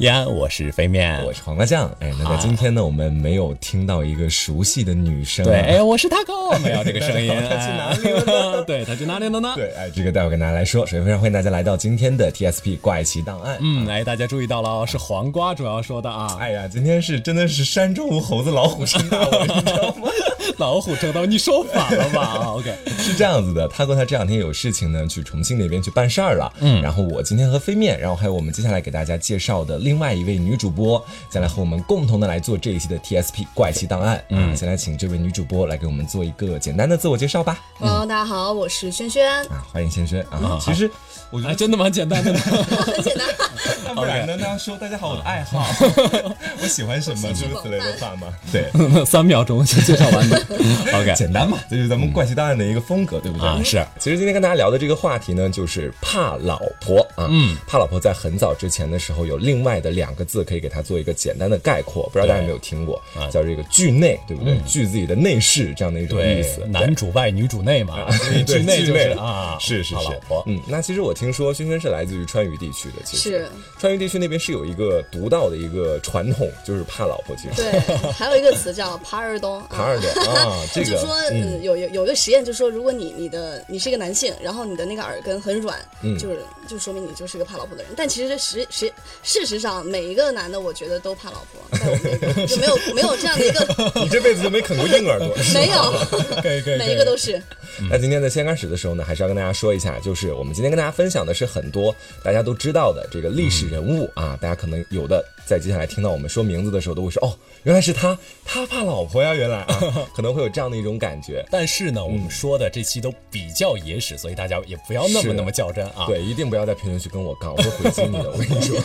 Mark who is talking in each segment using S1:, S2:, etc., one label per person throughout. S1: 呀我是飞面，
S2: 我是黄瓜酱。哎，那么今天呢，我们没有听到一个熟悉的女声、啊。
S1: 对，哎，我是 Taco，没有这个声 音。
S2: 他去哪里了呢？
S1: 对，他去哪里了呢？
S2: 对，哎，这个待会儿跟大家来说。首先非常欢迎大家来到今天的 TSP 怪奇档案。
S1: 嗯，哎，大家注意到了哦，是黄瓜主要说的 啊。
S2: 哎呀，今天是真的是山中无猴子，老虎生大王，你知道吗？
S1: 老虎正道，你说反了吧？ 啊，OK，
S2: 是这样子的，他哥他这两天有事情呢，去重庆那边去办事儿了。嗯，然后我今天和飞面，然后还有我们接下来给大家介绍的另外一位女主播，再来和我们共同的来做这一期的 TSP 怪奇档案。嗯，先来请这位女主播来给我们做一个简单的自我介绍吧。
S3: Hello，大家好，我是轩轩，
S2: 啊，欢迎轩轩
S1: 嗯
S2: 啊！其实我觉
S1: 哎，
S2: 得，
S1: 真的蛮简单的呢。
S3: 很简单，
S2: 那不然呢？大家说大家好，我的爱 好，我喜欢什么诸如此类的话吗？ 对，
S1: 三秒钟就介绍 完的。OK，嗯
S2: 简单嘛，这就是咱们怪奇档案的一个风格，对不对？
S1: 啊是。
S2: 嗯其实今天跟大家聊的这个话题呢，就是怕老婆啊。嗯，怕老婆在很早之前的时候有另外的两个字可以给它做一个简单的概括，不知道大家有没有听过，叫这个惧内，对不对？惧自己的内饰这样的一种意
S1: 对
S2: 思，。
S1: 男主外女主内嘛，所 以
S2: 对
S1: 剧内
S2: 剧
S1: 就是
S2: 内
S1: 啊，
S2: 是是
S1: 怕
S2: 是
S1: 老婆，
S2: 嗯，那其实我听说轩轩是来自于川渝地区的，其实
S3: 是
S2: 川渝地区那边是有一个独到的一个传统，就是怕老婆，其 实
S3: 对，还有一个词叫耙耳东，
S2: 耙耳朵啊， 这
S3: 就
S2: 个
S3: 说，嗯，有有有一个实验，就说如果你你的你是一个男性，然后你的那个耳根很软，
S2: 嗯
S3: 就是就说明你就是个怕老婆的人。但其实实实事实上，每一个男的我觉得都怕老婆，在我们这边就没有没有这样的一 个
S2: 你这辈子就没啃过 硬耳朵，是吧
S3: 没有，
S1: 可以可以，
S3: 每一个都是
S2: 那今天在先开始的时候呢，还是要跟大家说一下，就是我们今天跟大家分享的是很多大家都知道的这个历
S1: 嗯
S2: 史人物啊，大家可能有的在接下来听到我们说名字的时候，都会说哦，原来是他，他怕老婆呀，原来 啊，可能会有这样的一种感觉。
S1: 但是呢，我
S2: 嗯
S1: 们说的这期都比较野史，所以大家也不要那
S2: 是
S1: 么那么较真啊。
S2: 对，一定不要在评论区跟我杠，我会回击你 的。我跟你说，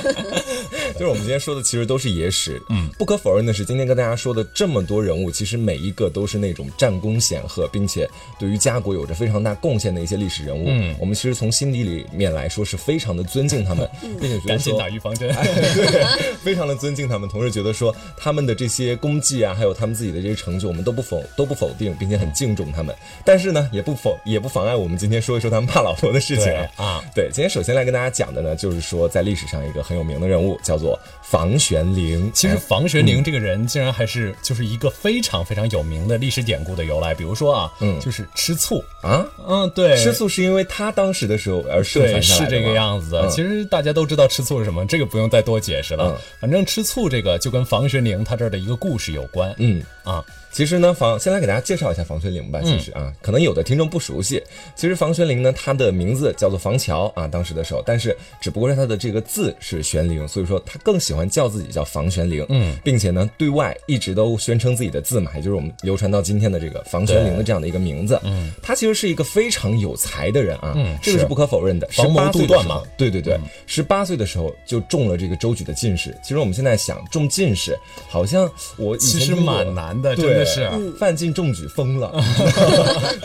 S2: 就是我们今天说的其实都是野史。嗯，不可否认的是，今天跟大家说的这么多人物，其实每一个都是那种战功显赫，并且对于家国有着非常大贡献的一些历史人物。嗯，我们其实从心底里面来说是非常的尊敬他们，并且觉
S1: 赶
S2: 得
S1: 紧
S2: 说
S1: 打预防针。
S2: 对， 非常的尊敬他们，同时觉得说他们的这些功绩啊，还有他们自己的这些成就，我们都不否都不否定，并且很敬重他们。但是呢，也不否也不妨碍我们今天说一说他们怕老婆的事情啊。
S1: 对啊
S2: 对，今天首先来跟大家讲的呢，就是说在历史上一个很有名的人物叫做房玄龄。
S1: 其实房玄
S2: 嗯
S1: 龄这个人，竟然还是就是一个非常非常有名的历史典故的由来。比如说啊，嗯，就是吃醋，
S2: 啊，
S1: 嗯，对，
S2: 吃醋是因为他当时的时候而盛
S1: 对，
S2: 传下
S1: 是
S2: 来的嗯
S1: 这个
S2: 吗
S1: 样子的。其实大家都知道吃醋是什么，这个不用再多解释
S2: 嗯
S1: 了。反正吃醋这个就跟房玄龄他这儿的一个故事有关。
S2: 嗯
S1: 啊，
S2: 其实呢，房先来给大家介绍一下房玄龄
S1: 嗯
S2: 吧。其实啊，可能有的听众不熟悉，其实房玄龄呢，他的名字叫做房乔啊，当时的时候，但是只不过是他的这个字是玄龄，所以说他更喜欢叫自己叫房玄龄。嗯，并且呢，对外一直都宣称自己的字嘛，也就是我们流传到今天的这个房玄龄的这样的一个名字。嗯，他其实是一个非常有才的人啊，这个是
S1: 嗯是
S2: 不可否认的。
S1: 房谋
S2: 18岁
S1: 杜
S2: 的
S1: 撰
S2: 时
S1: 嘛嗯
S2: 候对对对，十八岁的时候就中了这个周举的进士。其实我们现在想中进士，好像我以前
S1: 其实
S2: 听过
S1: 蛮难的，
S2: 对
S1: 真的是。
S2: 范进中举 疯了，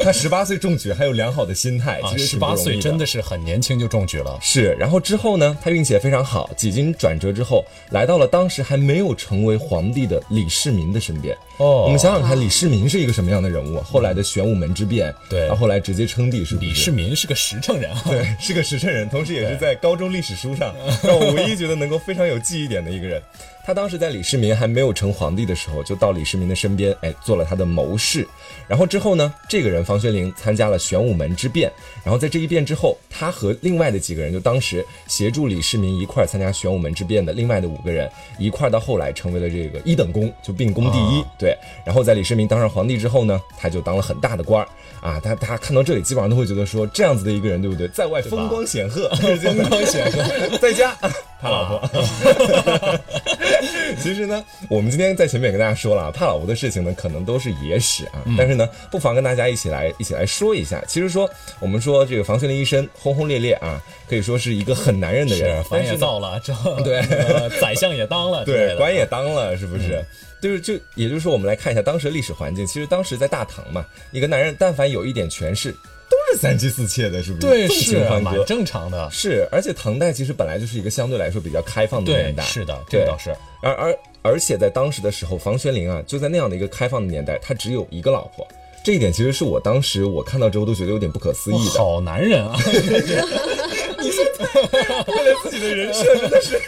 S2: 他十八岁中举还有良好的心态，
S1: 啊
S2: 哎其，实
S1: 十
S2: 挺不
S1: 八
S2: 容易
S1: 岁真的是很年轻就中举了。
S2: 是。然后之后呢，他运气也非常好，几经转折之后，来到了当时还没有成为皇帝的李世民的身边。
S1: 哦
S2: 我们想想看，李世民是一个什么样的人物啊？后来的玄武门之变，
S1: 对
S2: 然后后来直接称帝，是不是？
S1: 李世民是个实诚人啊。
S2: 对，是个实诚人，同时也是在高中历史书上让我唯一觉得能够非常有记忆点的一个人。他当时在李世民还没有成皇帝的时候，就到李世民的身边，哎，做了他的谋士。然后之后呢，这个人房玄龄参加了玄武门之变，然后在这一变之后，他和另外的几个人，就当时协助李世民一块儿参加玄武门之变的另外的五个人，一块儿到后来成为了这个一等功，就并功第一。对，然后在李世民当上皇帝之后呢，他就当了很大的官儿啊。他大家看到这里，基本上都会觉得说，这样子的一个人，对不对？在外风光显赫，风光显赫， 啊在家啊怕老婆。 其实呢，我们今天在前面也跟大家说了啊，怕老婆的事情呢，可能都是野史啊，但是呢，不妨跟大家一起来一起来说一下。其实说我们说这个房玄龄一生轰轰烈烈啊，可以说是一个很男人的人
S1: 是，，
S2: 但
S1: 藩
S2: 是
S1: 也
S2: 呢
S1: 造了，这
S2: 对
S1: 呃宰相也当了，嗯之类
S2: 对，
S1: 的
S2: 官也当了，是不是？就是就也就是说，我们来看一下当时的历史环境。其实当时在大唐嘛，一个男人但凡有一点权势，都是三妻四妾的，是不是？
S1: 对
S2: 纵
S1: 是啊
S2: 情欢
S1: 蛮
S2: 歌。
S1: 正常的，
S2: 是，而且唐代其实本来就是一个相对来说比较开放的
S1: 对
S2: 年代，
S1: 是的，这个
S2: 对
S1: 倒是
S2: 而而而且在当时的时候，房玄龄啊，就在那样的一个开放的年代，他只有一个老婆，这一点其实是我当时我看到之后都觉得有点不可思
S1: 哇
S2: 议的。
S1: 好男人啊，
S2: 为了自己的人设，真的是。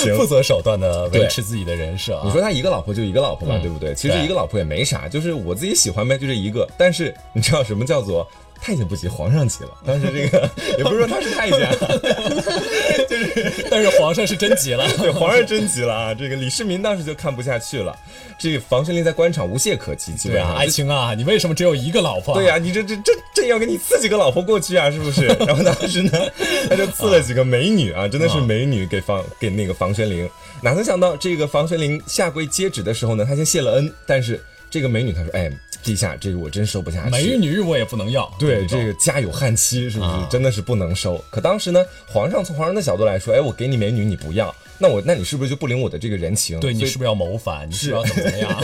S2: 行
S1: 不择手段的维
S2: 对
S1: 持自己的人设啊
S2: 你。说他一个老婆就一个老婆吧，
S1: 嗯
S2: 对不对？其实
S1: 对
S2: 一个老婆也没啥，就是我自己喜欢呗，就这一个。但是你知道什么叫做太监不急皇上急了？当时 这个也不是说他是太监啊，
S1: 但是皇上是真急了，
S2: 对，皇上真急了啊！这个李世民当时就看不下去了，这房玄龄在官场无懈可击，基
S1: 对
S2: 本
S1: 啊，
S2: 上
S1: 爱
S2: 就
S1: 卿啊，你为什么只有一个老婆？啊
S2: 对呀、你这这这这要给你刺几个老婆过去啊，是不 是？然后当时呢，他就刺了几个美女啊，真的是
S1: 嗯
S2: 美女给房给那个房玄龄。哪曾想到这个房玄龄下跪接旨的时候呢，他先谢了恩，但是这个美女她说：“哎，陛下，这个我真收不下去。”
S1: 美女我也不能要。
S2: 对
S1: 种
S2: 这个家有悍妻，是不是、
S1: 啊
S2: 真的是不能收？可当时呢，皇上从皇上的角度来说，哎，我给你美女你不要，那我那你是不是就不领我的这个人情？
S1: 对你
S2: 所以
S1: 是不是要谋反？你是不是要怎么怎么样？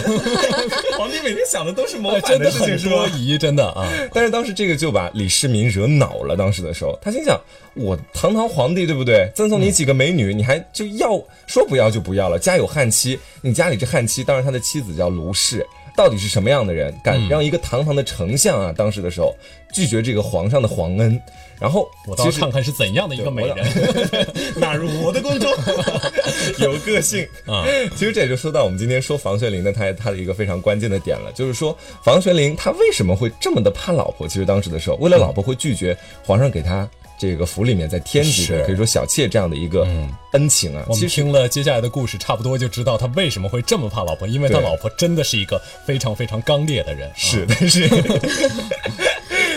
S2: 皇帝每天想的都是谋
S1: 哎
S2: 反
S1: 真
S2: 的
S1: 的
S2: 事情，
S1: 很
S2: 是吧
S1: 多？疑，真的啊。
S2: 但是当时这个就把李世民惹恼了。当时的时候，他心想：我堂堂皇帝，对不对？赠送你几个美女，你还就要说不要就不要了？家有悍妻，你家里这悍妻，当然他的妻子叫卢氏，到底是什么样的人，敢让一个堂堂的丞相啊，当时的时候拒绝这个皇上的皇恩？然后
S1: 我倒
S2: 其
S1: 要
S2: 实
S1: 看看是怎样的一个美 人。
S2: 纳入我的 宫中，有个性啊。其实这也就说到我们今天说房玄龄的他他的一个非常关键的点了，就是说房玄龄他为什么会这么的怕老婆？其实当时的时候，为了老婆会拒绝皇上给他这个府里面再添几个
S1: 是嗯
S2: 可以说小妾这样的一个恩情啊。
S1: 我
S2: 其
S1: 们
S2: 实
S1: 听了接下来的故事，差不多就知道他为什么会这么怕老婆，因为他
S2: 对
S1: 老婆真的是一个非常非常刚烈的人。
S2: 是，但是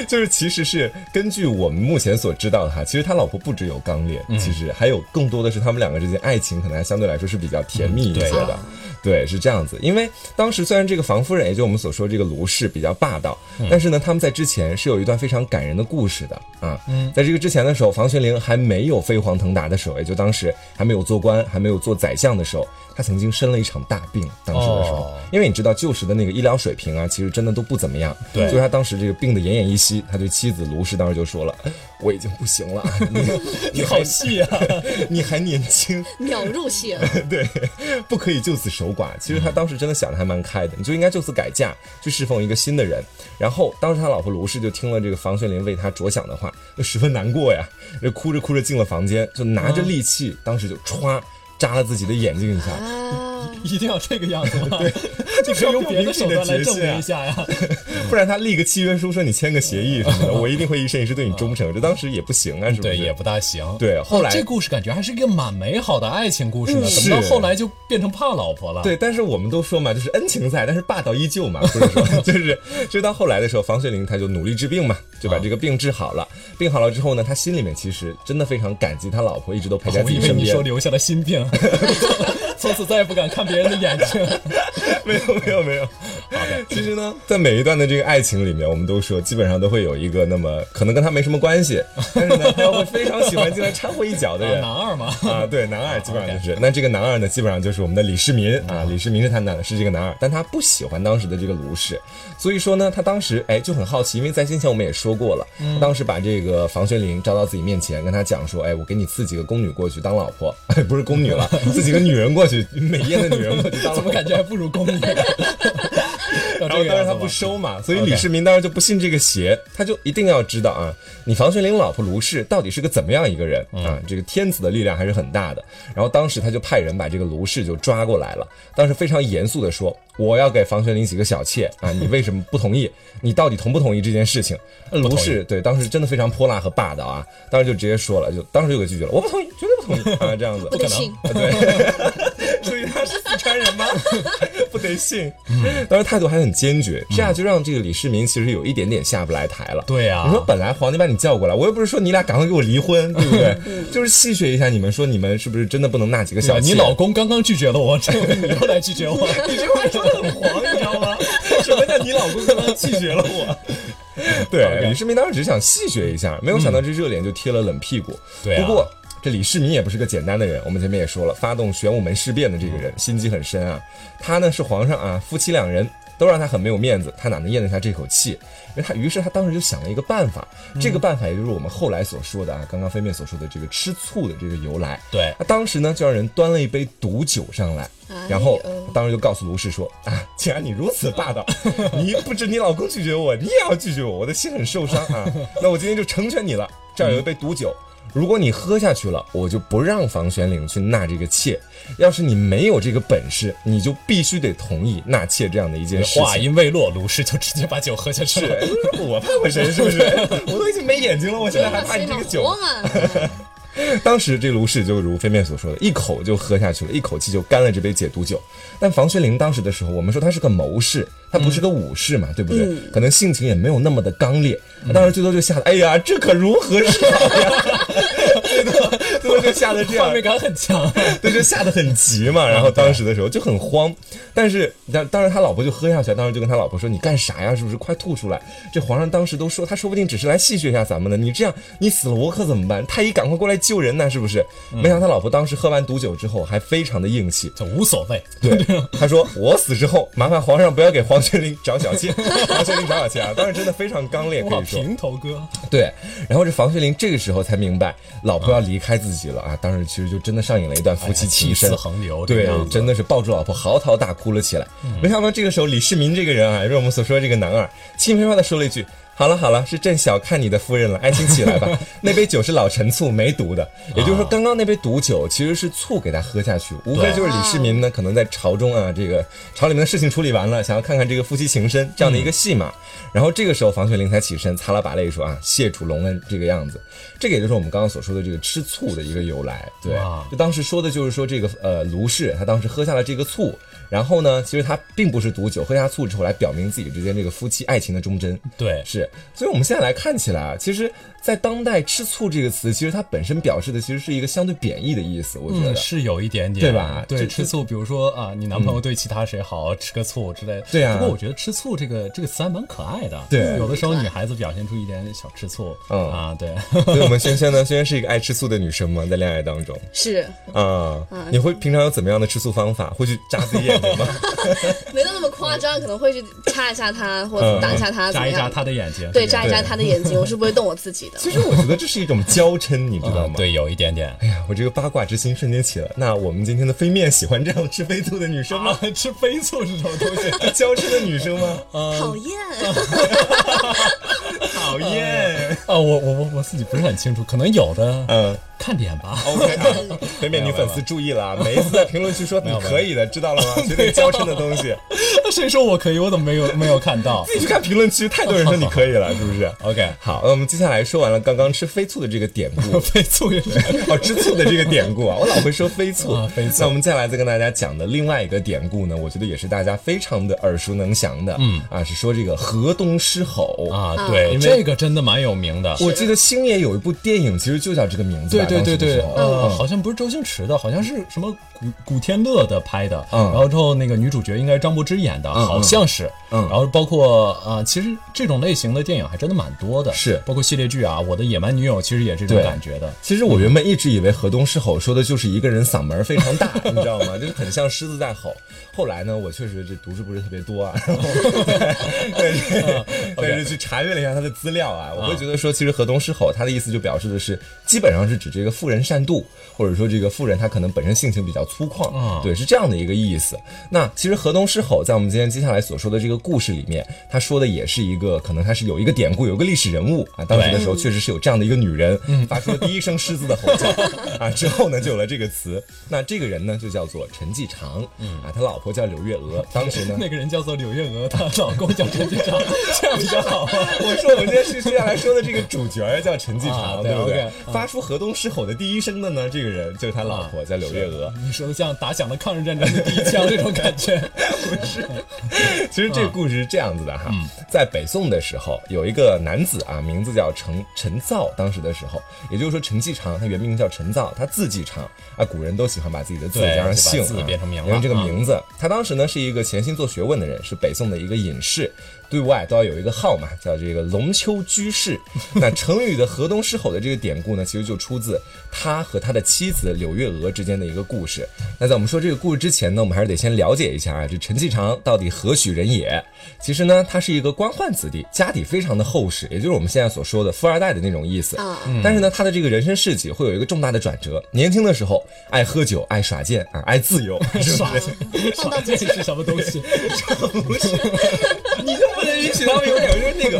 S2: 就是其实是根据我们目前所知道的哈，其实他老婆不只有刚烈，
S1: 嗯
S2: 其实还有更多的是他们两个之间爱情可能还相对来说是比较甜蜜一些
S1: 嗯对
S2: 的。对，是这样子。因为当时虽然这个房夫人，也就我们所说这个卢氏比较霸道，
S1: 嗯
S2: 但是呢，他们在之前是有一段非常感人的故事的啊。
S1: 嗯
S2: 在这个之前的时候，房玄龄还没有飞黄腾达的时候，也就当时还没有做官，还没有做宰相的时候，他曾经生了一场大病。当时的时候，
S1: 哦
S2: 因为你知道旧时的那个医疗水平啊，其实真的都不怎么样。
S1: 对
S2: 所以他当时这个病得奄奄一息，他对妻子卢氏当时就说了：“ 我已经不行了， 你
S1: 你好细啊！
S2: 你还年轻，
S3: 秒入戏了。
S2: 对，不可以就此守寡。其实他当时真的想的还蛮开的，你就应该就此改嫁，去侍奉一个新的人。然后当时他老婆卢氏就听了这个房玄龄为他着想的话，就十分难过呀，这哭着哭着进了房间，就拿着利器，当时就歘扎了自己的眼睛一下。
S3: 啊，
S1: 一定要这个样子 吗？你可以用别的手段来证明一下呀。
S2: 不然他立个契约书，说你签个协议什 么的，我一定会一生一世对你忠诚。这当时也不行啊，是不是？
S1: 嗯对，也不大行。
S2: 对后来
S1: 哦这故事感觉还是一个蛮美好的爱情故事呢，怎么
S2: 是
S1: 到后来就变成怕老婆了？
S2: 对，但是我们都说嘛，就是恩情在，但是霸道依旧嘛，不 是说就是，就到后来的时候，房玄龄他就努力治病嘛，就
S1: 嗯
S2: 把这个病治好了。病好了之后呢，他心里面其实真的非常感激他老婆一直都陪在
S1: 哦，我
S2: 自己
S1: 以为
S2: 身
S1: 你
S2: 边
S1: 说。留下了心 病，从此再也不敢看别人的眼 睛。
S2: 没有没有没有，好的。其实呢，在每一段的这个爱情里面，我们都说基本上都会有一个那么可能跟他没什么关系，但是呢，他又会非常喜欢进来掺和一脚的人
S1: 男。二嘛，
S2: 啊，对，男二基本上就是。那这个男二呢，基本上就是我们的李世民啊，李世民是他男，是这个男二，但他不喜欢当时的这个卢氏，所以说呢，他当时哎就很好奇，因为在先前我们也说过了，
S1: 嗯
S2: 当时把这个房玄龄招到自己面前，跟他讲说，哎，我给你赐几个宫女过去当老婆， 哎，不是宫女 了，赐几个女人过去，美艳的女人过去当老
S1: 怎
S2: 婆
S1: 么。感觉还不如 宫女？然
S2: 然后当时他不收嘛，所以
S1: OK
S2: 李世民当时就不信这个邪，他就一定要知道啊，你房玄龄老婆卢氏到底是个怎么样一个人啊？这个天子的力量还是很大的。然后当时他就派人把这个卢氏就抓过来了，当时非常严肃的说：“我要给房玄龄几个小妾啊，你为什么不同意？你到底同不同意这件事情？”呃卢氏对当时真的非常泼辣和霸道啊，当时就直接说了，就当时就给拒绝了，我不同意，绝对不同意啊，这样子
S3: 不得信，
S2: 所以他是四川人吗？不得信。
S1: 嗯
S2: 当时态度还很坚决，这样就让这个李世民其实有一点点下不来台了。
S1: 对啊
S2: 你说本来皇帝把你叫过来，我又不是说你俩赶快给我离婚，对不对？就是戏谑一下你们，说你们是不是真的不能纳几个小
S1: 小
S2: 妾？
S1: 嗯啊你老公刚刚拒绝了我，这回你又来拒绝我， 你这话说的很黄，你知道吗？
S2: 什 么叫你老公刚刚拒绝了我？ 对，李世民当时只想戏谑一下，没有想到这热脸就贴了冷屁股。
S1: 对啊
S2: 不过。这李世民也不是个简单的人，我们前面也说了，发动玄武门事变的这个人心机很深啊。他呢是皇上啊，夫妻两人都让他很没有面子，他哪能咽得下这口气？因为他于是他当时就想了一个办法，这个办法也就是我们后来所说的啊，刚刚飞面所说的这个吃醋的这个由来。
S1: 对
S2: 他当时呢就让人端了一杯毒酒上来，然后
S3: 哎呦
S2: 当时就告诉卢氏说：“ 啊，既然你如此霸道， 你不止你老公 拒绝我，你也要拒绝我，我的心很受伤啊。那我今天就成全你了，这儿有一杯毒酒。如果你喝下去了，我就不让房玄龄去纳这个妾；要是你没有这个本事，你就必须得同意纳妾这样的一件事
S1: 话
S2: 情。
S1: 音未落，鲁氏就直接把酒喝下去了。
S2: 是， 我怕鬼神是不是？ 我都已经没眼睛了，我现在还怕你这个酒
S3: 活。嘛？
S2: 当时这卢氏就如飞面所说的，一口就喝下去了，一口气就干了这杯解毒酒。但房玄龄当时的时候，我们说他是个谋士，他不是个武士嘛，对不对？可能性情也没有那么的刚烈，当时最多就吓得，哎呀，这可如何是好呀？ 最多最多就吓得这样
S1: 画，面感很强，
S2: 对，就吓得很急嘛。然后当时的时候就很慌，但是当当时他老婆就喝下去了，当时就跟他老婆说：“你干啥呀？是不是快吐出来？”这皇上当时都说，他说不定只是来戏谑一下咱们的。你这样，你死了我可怎么办？太医赶快过来救人呐，是不是？没想到他老婆当时喝完毒酒之后还非常的硬气，
S1: 就无所谓。
S2: 对，他说我死之后，麻烦皇上不要给黄泉龄找小妾，黄泉龄找小妾啊！当时真的非常刚烈，可
S1: 哇，
S2: 以说。
S1: 平头哥，
S2: 对，然后这房玄龄这个时候才明白老婆要离开自己了啊！当时其实就真的上演了一段夫妻情深，
S1: 哎呀气死横流这
S2: 对
S1: 样，子
S2: 真的是抱住老婆嚎啕大哭了起来。没想到这个时候李世民这个人啊，也是我们所说的这个男二，轻飘飘的说了一句。好了好了，是朕小看你的夫人了，爱卿起 来吧。那杯酒是老陈醋没毒的，
S1: 啊
S2: 也就是说，刚刚那杯毒酒其实是醋给他喝下去，无非
S1: 对
S2: 就是李世民呢，可能在朝中啊，这个朝里面的事情处理完了，想要看看这个夫妻情深这样的一个戏码。然后这个时候，房玄龄才起身，擦了把泪说啊，谢主隆恩这个样子。这个也就是我们刚刚所说的这个吃醋的一个由来。对
S1: 哇，
S2: 就当时说的就是说这个呃卢氏，他当时喝下了这个醋。然后呢，其实他并不是毒酒，喝下醋之后来表明自己之间这个夫妻爱情的忠贞。
S1: 对，
S2: 是，所以我们现在来看起来啊，其实，在当代“吃醋”这个词，其实它本身表示的其实是一个相对贬义的意思，我觉得。
S1: 嗯，是有一点点，
S2: 对吧这
S1: 对，
S2: 这
S1: 吃醋，比如说啊，你男朋友对其他谁好，吃个醋之类的。
S2: 对啊
S1: 不过我觉得吃醋这个这个词还蛮可爱的。
S2: 对
S1: 有的时候女孩子表现出一点小吃醋，
S2: 嗯
S1: 啊，对，
S2: 所以我们轩轩呢，轩轩是一个爱吃醋的女生嘛，在恋爱当中
S3: 是
S2: 啊，你会平常有怎么样的吃醋方法？会去扎自己眼睛吗？
S3: 没到那么夸
S2: 嗯
S3: 张，可能会去掐一下他，或者打一下他，怎
S1: 扎
S3: 么
S1: 一扎
S3: 样？
S1: 她的眼睛，
S3: 对，
S1: 这样
S3: 扎一扎他的眼睛，我是不会动我自己的。
S2: 其实我觉得这是一种娇嗔，你知道
S1: 嗯
S2: 吗？。
S1: 对，有一点点。
S2: 哎呀，我这个八卦之心瞬间起了。那我们今天的飞面喜欢这样吃飞醋的女生吗？
S1: 啊，吃飞醋是什么 东西？啊
S2: 娇嗔的女生吗？
S3: 讨厌，
S2: 嗯讨厌。
S1: 啊，我我我我自己不是很清楚，可能有的，
S2: 嗯
S1: 看脸吧。
S2: ，OK，啊飞面女粉丝注意了，啊，每一次在评论区说你
S1: 有没有
S2: 可以的，知道了吗？绝对娇嗔的东 西。
S1: 谁说我可以？我怎么没有没有看 到
S2: 自己去看评论区，太多人说你可以了，是不是？
S1: ？OK，，
S2: 好，呃那我们接下来说完了刚刚吃飞醋的这个典 故
S1: 飞醋也是。
S2: 哦，吃醋的这个典故啊，我老会说飞醋。
S1: 啊飞醋
S2: 那我们接下来再跟大家讲的另外一个典故呢，我觉得也是大家非常的耳熟能详的，嗯啊，是说这个河东狮吼。
S1: 啊，
S3: 啊
S1: 对，
S2: 因为
S1: 这个真的蛮有名的。
S2: 我记得星爷有一部电影，其实就叫这个名字
S1: 对
S2: 吧，
S1: 对对
S2: 当时的
S1: 对，
S2: 时候
S1: 呃，好像不是周星驰的，好像是什么古古天乐的拍的。
S2: 嗯
S1: 然后之后那个女主角应该是张柏芝演的，好像是。
S2: 嗯
S1: 然后包括啊、呃其实这种类型的电影还真的蛮多的，
S2: 是
S1: 包括系列剧啊，《我的野蛮女友》其实也这种
S2: 对
S1: 感觉的。
S2: 其实我原本一直以为河东狮吼说的就是一个人嗓门非常大， 你知道吗？就是很像狮子在吼。后来呢，我确实这读书不是特别多啊， 然后对对对，是去查阅了一下他的资料啊，我会觉得说，其实河东狮吼他的意思就表示的是，基本上是指这个妇人善妒，或者说这个妇人她可能本身性情比较粗犷
S1: 嗯，
S2: 对，是这样的一个意思。那其实河东狮吼在我们今天接下来所说的这个故事里面，他说的也是一个可能他是有一个典故，有一个历史人物啊，当时的时候确实是有这样的一个女人，
S1: 嗯
S2: 发出了第一声狮子的吼叫啊，之后呢就有了这个词。那这个人呢就叫做陈继常，啊，他老婆叫柳月娥，当时呢。
S1: 嗯那个人叫做柳月娥，她老公叫陈机 长，这样比较好啊。
S2: 我说我们今天是接下来说的这个主角儿叫陈继
S1: 啊
S2: 常，
S1: 对
S2: 不对
S1: OK，？
S2: 发出河东狮吼的第一声的呢，这个人就是他老婆，叫柳月娥。
S1: 你啊说的像打响了抗日战争的第一枪这种感觉，
S2: 其实这
S1: 啊
S2: 个故事是这样子的哈，
S1: 嗯
S2: 在北宋的时候，有一个男子啊，名字叫陈陈造，当时的时候，也就是说陈继常，他原名叫陈造，他字继常啊，古人都喜欢把自己的字
S1: 对
S2: 加
S1: 就
S2: 上
S1: 把
S2: 姓啊，
S1: 字变成名了
S2: 因为这个
S1: 啊
S2: 名字，他当时呢是一个潜心做学问的人，是北宋的一个隐士，对外都要有一个号嘛，叫这个龙丘居士。那成语的河东狮吼的这个典故呢，其实就出自他和他的妻子柳月娥之间的一个故事。那在我们说这个故事之前呢，我们还是得先了解一下啊，这陈继常到底何许人也？其实呢，他是一个官宦子弟，家底非常的厚实，也就是我们现在所说的富二代的那种意思。
S3: 啊
S2: 但是呢，他的这个人生事迹会有一个重大的转折。年轻的时候爱喝酒，爱耍剑啊，爱自由， 是不
S1: 耍
S2: 是？
S1: 耍剑是什么东西？
S2: 你就不能允许他们有点就是那个，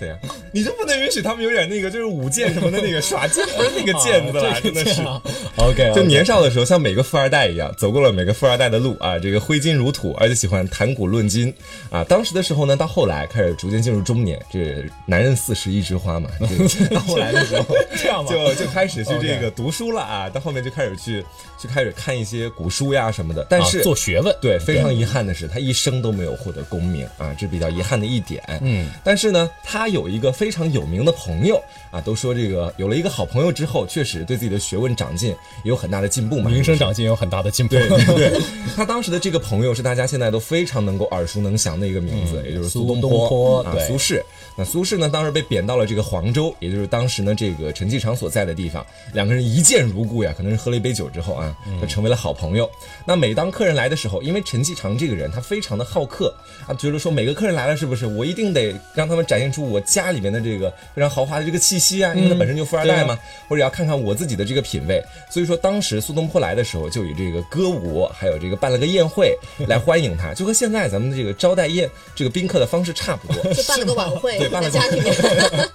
S2: 的呀，你就不能允许他们有点那个就是舞剑什么的那个耍 剑不是那个
S1: 啊
S2: 毽子啦，
S1: 这
S2: 真
S1: 个
S2: 的
S1: 这
S2: 是。
S1: 样 OK，
S2: 就年少的时候，像每个富二代一样，走过了每个富二代的路啊，这个挥金如土，而且喜欢谈古论今啊。当时的时候呢，到后来开始逐渐进入中年，这男人四十一 枝花嘛，这个到后来的时候。
S1: 这样吧，
S2: 就就开始去 这
S1: 哦 OK
S2: 个读书了啊，到后面就开始去去开始看一些古书呀什么的，但是、
S1: 啊做学问，
S2: 对，非常遗憾的是，他一生都没有获得功名啊，这比较遗憾的一点。
S1: 嗯，
S2: 但是呢，他有一个非常有名的朋友啊，都说这个有了一个好朋友之后，确实对自己的学问长进也有很大的进步嘛。
S1: 名声长进有很大的进步。
S2: 对对对， 他当时的这个朋友是大家现在都非常能够耳熟能详的一个名字，也就是嗯苏
S1: 苏
S2: 东
S1: 东坡
S2: 啊
S1: 对，
S2: 苏轼。那苏轼呢，当时被贬到了这个黄州，也就是当时呢这个陈继常所在的地方。两个人一见如故呀，可能是喝了一杯酒之后啊，就成为了好朋友。那每当客人来的时候，因为陈继常这个人他非常的好客啊，觉得说每个客人来了是不是我一定得让他们展现出我家里面的这个非常豪华的这个气息啊，因为他本身就富二代嘛。或者要看看我自己的这个品味。所以说，当时苏东坡来的时候，就以这个歌舞，还有这个办了个宴 会来欢迎他，就和现在咱们的这个招待宴这个宾客的方式差 不多。
S3: 就办了个晚会
S2: 对，办
S3: 在
S2: 了个
S3: 家里面。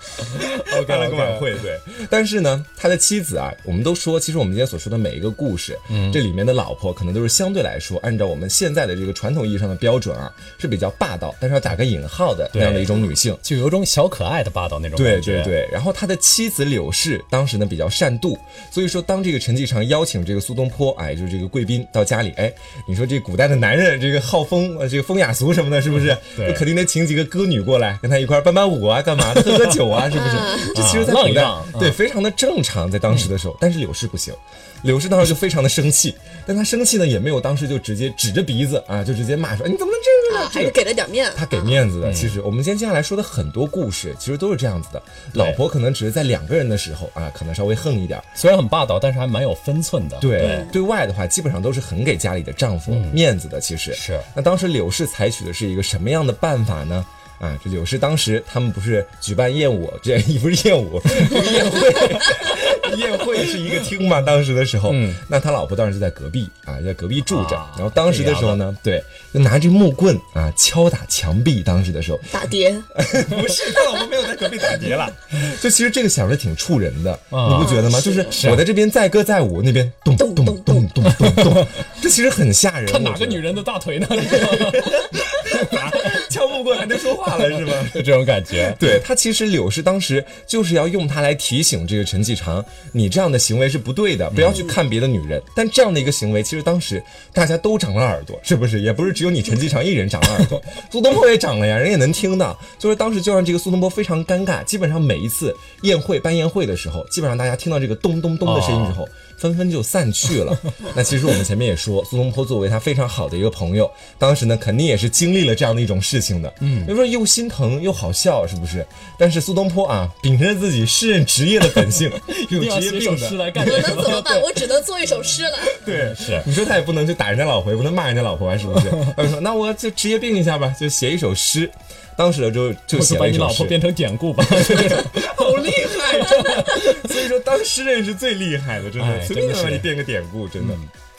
S1: OK，
S2: 办了个晚会，对。但是呢，他的妻子啊，我们都说，其实我们今天所说的每一个故事，这里面的老婆可能都是相对来说，按照我们现在的这个传统意义上的标准啊，是比较霸道，但是要打个引号的那样的一种女性。
S1: 就有种小可爱的霸道那种
S2: 对
S1: 感觉。
S2: 对对，然后他的妻子柳氏当时呢比较善妒，所以说当这个陈继常邀请这个苏东坡，哎，就是这个贵宾到家里，哎，你说这古代的男人这个好风，呃这个风雅俗什么的，是不是？
S1: 嗯对
S2: 就肯定得请几个歌女过来跟他一块儿伴伴舞啊，干嘛的喝喝酒啊，是不是？这其实在
S1: 浪
S2: 古
S1: 一
S2: 代
S1: 浪嗯
S2: 对非常的正常，在当时的时候，但是柳氏不行。柳氏当时就非常的生气，但他生气呢也没有当时就直接指着鼻子啊，就直接骂说哎你怎么能这样
S3: 啊
S2: 呢？这
S3: 还
S2: 个
S3: 是给了点面。
S2: 他给面子的。其实我们今天接下来说的很多故事，其实都是这样子的。老婆可能只是在两个人的时候啊，可能稍微横一点儿。
S1: 虽然很霸道，但是还蛮有分寸的。
S2: 对，对外的话，基本上都是很给家里的丈夫面子的。其实
S1: 是
S2: 那当时柳氏采取的是一个什么样的办法呢？啊，这柳氏当时他们不是举办宴舞，这不是宴舞，这个宴会，宴会是一个厅嘛。当时的时候，那他老婆当时就在隔壁啊，在隔壁住着。
S1: 啊
S2: 然后当时的时候呢，对，就拿着木棍啊敲打墙壁。当时的时候，
S3: 打 碟，
S2: 不是，他老婆没有在隔壁打碟了。 就其实这个想着挺触人的，
S1: 啊
S2: 你不觉得吗？就是我在这边载歌载舞，那边咚咚咚咚咚咚咚，这其实很吓 人。啊
S1: 看哪
S2: 我
S1: 个
S2: 觉得
S1: 女人的大腿 呢？
S2: 敲木棍还能说话了是吗？
S1: 就这种感觉。
S2: 对他，其实柳氏当时就是要用它来提醒这个陈继常，你这样的行为是不对的，不要去看别的女人。但这样的一个行为，其实当时大家都长了耳朵，是不是？也不是只有你陈继常一人长了耳朵，苏东坡也长了呀，人也能听到。就是当时就让这个苏东坡非常尴尬，基本上每一次宴会办宴会的时候，基本上大家听到这个咚咚咚的声音之后。纷纷就散去 了。那其实我们前面也说，苏东坡作为他非常好的一个朋友，当时呢肯定也是经历了这样的一种事情的。嗯，就说又心疼又好笑，是不是？但是苏东坡啊，秉承着自己诗人职业的 本性，有
S1: 一定要
S2: 职业
S1: 写首
S2: 病
S1: 诗
S2: 的，
S1: 来干
S3: 我
S1: 点什
S3: 能怎么
S1: 么？
S3: 办？我只能做一首诗了。
S2: 对，是。你说他也不能去打人家老婆，也不能骂人家老婆啊，是不 是？他就说那我就职业病一下吧，就写一首诗。当时就就
S1: 我是
S2: 写
S1: 把
S2: 了一
S1: 你
S2: 首
S1: 老
S2: 诗
S1: 婆。变成典故吧。
S2: 好厉害，啊真的。所以说，当诗人是最厉害的，真
S1: 哎
S2: 的，随
S1: 真
S2: 便
S1: 的
S2: 能
S1: 是
S2: 让你变个典故，真的。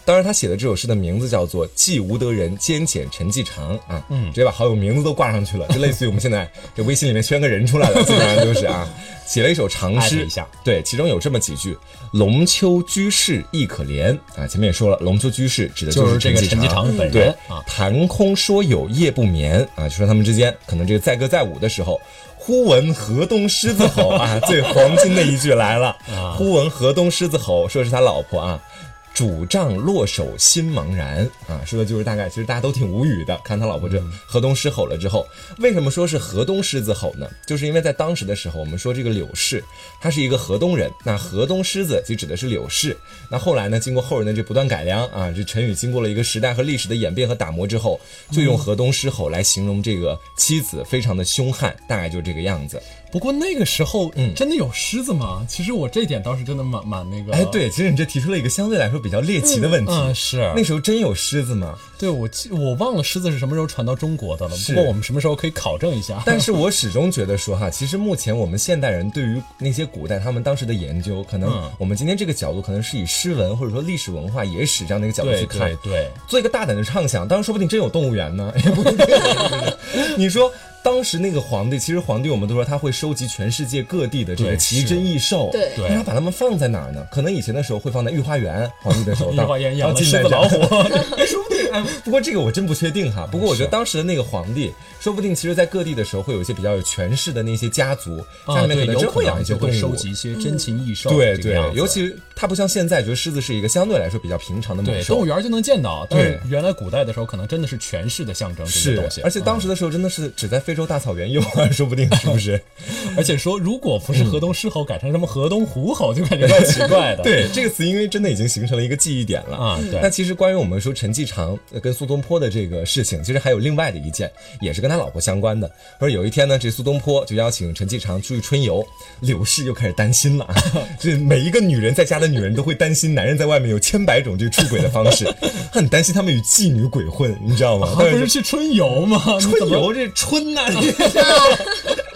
S2: 当然，他写的这首诗的名字叫做《寄吴德人兼遣陈继常》啊，直接把好友名字都挂上去了，就类似于我们现在 这微信里面圈个人出来了，基本上都是 啊，写了一首长
S1: 艾特
S2: 诗
S1: 一下，
S2: 对，其中有这么几句：“龙丘居士亦可怜啊。”前面也说了，龙丘居士指的
S1: 就是
S2: 是
S1: 这个陈
S2: 陈
S1: 继
S2: 继常
S1: 常本
S2: 对
S1: 人啊，
S2: 谈空说有夜不眠啊，就说他们之间可能这个载歌载舞的时候。忽闻河东狮子吼啊，最黄金的一句来了。
S1: 啊
S2: 忽闻河东狮子吼，说的是他老婆啊，拄杖落手心茫然啊，说的就是大概，其实大家都挺无语的。看他老婆这河东狮吼了之后，为什么说是河东狮子吼呢？就是因为在当时的时候，我们说这个柳氏，他是一个河东人，那河东狮子就指的是柳氏。那后来呢，经过后人的这不断改良啊，这成语经过了一个时代和历史的演变和打磨之后，就用河东狮吼来形容这个妻子非常的凶悍，大概就这个样子。
S1: 不过那个时候，
S2: 嗯
S1: 真的有狮子吗？其实我这一点倒是真的蛮蛮那个。
S2: 哎，，对，其实你这提出了一个相对来说比较猎奇的问题。
S1: 嗯，是。
S2: 那时候真有狮子吗？
S1: 对我记我忘了狮子是什么时候传到中国的了。不
S2: 是
S1: 过我们什么时候可以考证一 下？
S2: 但是我始终觉得说哈，其实目前我们现代人对于那些古代他们当时的研究，可
S1: 嗯
S2: 能我们今天这个角度，可能是以诗文或者说历史文化野史这样的一个角度
S1: 对
S2: 去看
S1: 对。对，
S2: 做一个大胆的畅想，当然说不定真有动物园呢，也不一定。你说。当时那个皇帝，其实皇帝我们都说他会收集全世界各地的这个
S1: 对
S2: 奇
S1: 是
S2: 珍异兽，
S3: 对
S1: 对
S2: 那他把它们放在哪儿呢？可能以前的时候会放在御花园，皇帝的时候
S1: 御
S2: 当
S1: 花园养
S2: 当
S1: 了
S2: 近
S1: 狮
S2: 代
S1: 子
S2: 这样
S1: 老虎，说不定哎
S2: 不过这个我真不确定哈。不过我觉得当时的那个皇帝，说不定其实在各地的时候会有一些比较有权势的那些家族，家
S1: 啊，
S2: 里面
S1: 对，
S2: 能真
S1: 有可
S2: 会养
S1: 能
S2: 一些
S1: 就
S2: 动
S1: 会收
S2: 物。
S1: 集一些珍禽异兽，
S2: 对
S1: 这个
S2: 对
S1: 样，子
S2: 尤其它不像现在，觉得狮子是一个相对来说比较平常的猛
S1: 对嗯动
S2: 兽
S1: 物。园就能见到，但是
S2: 对
S1: 原来古代的时候，可能真的是权势的象征这些
S2: 是
S1: 东西，，嗯
S2: 而且当时的时候真的是只在非洲大草原有啊，说不定是不是？
S1: 而且说，如果不是河东狮吼，改成什么河东虎吼，就感觉怪奇怪的。
S2: 对这个词，因为真的已经形成了一个记忆点了
S1: 啊对
S2: 那其实关于我们说陈继常呃跟苏东坡的这个事情，其实还有另外的一件，也是跟他老婆相关的。说有一天呢，这苏东坡就邀请陈继常出去春游，柳氏又开始担心了 啊，这每一个女人在家的女人都会担心，男人在外面有千百种这个出轨的方式，她很担心他们与妓女鬼混，你知道吗？
S1: 啊，不是去春游吗？
S2: 春游这春呐、 你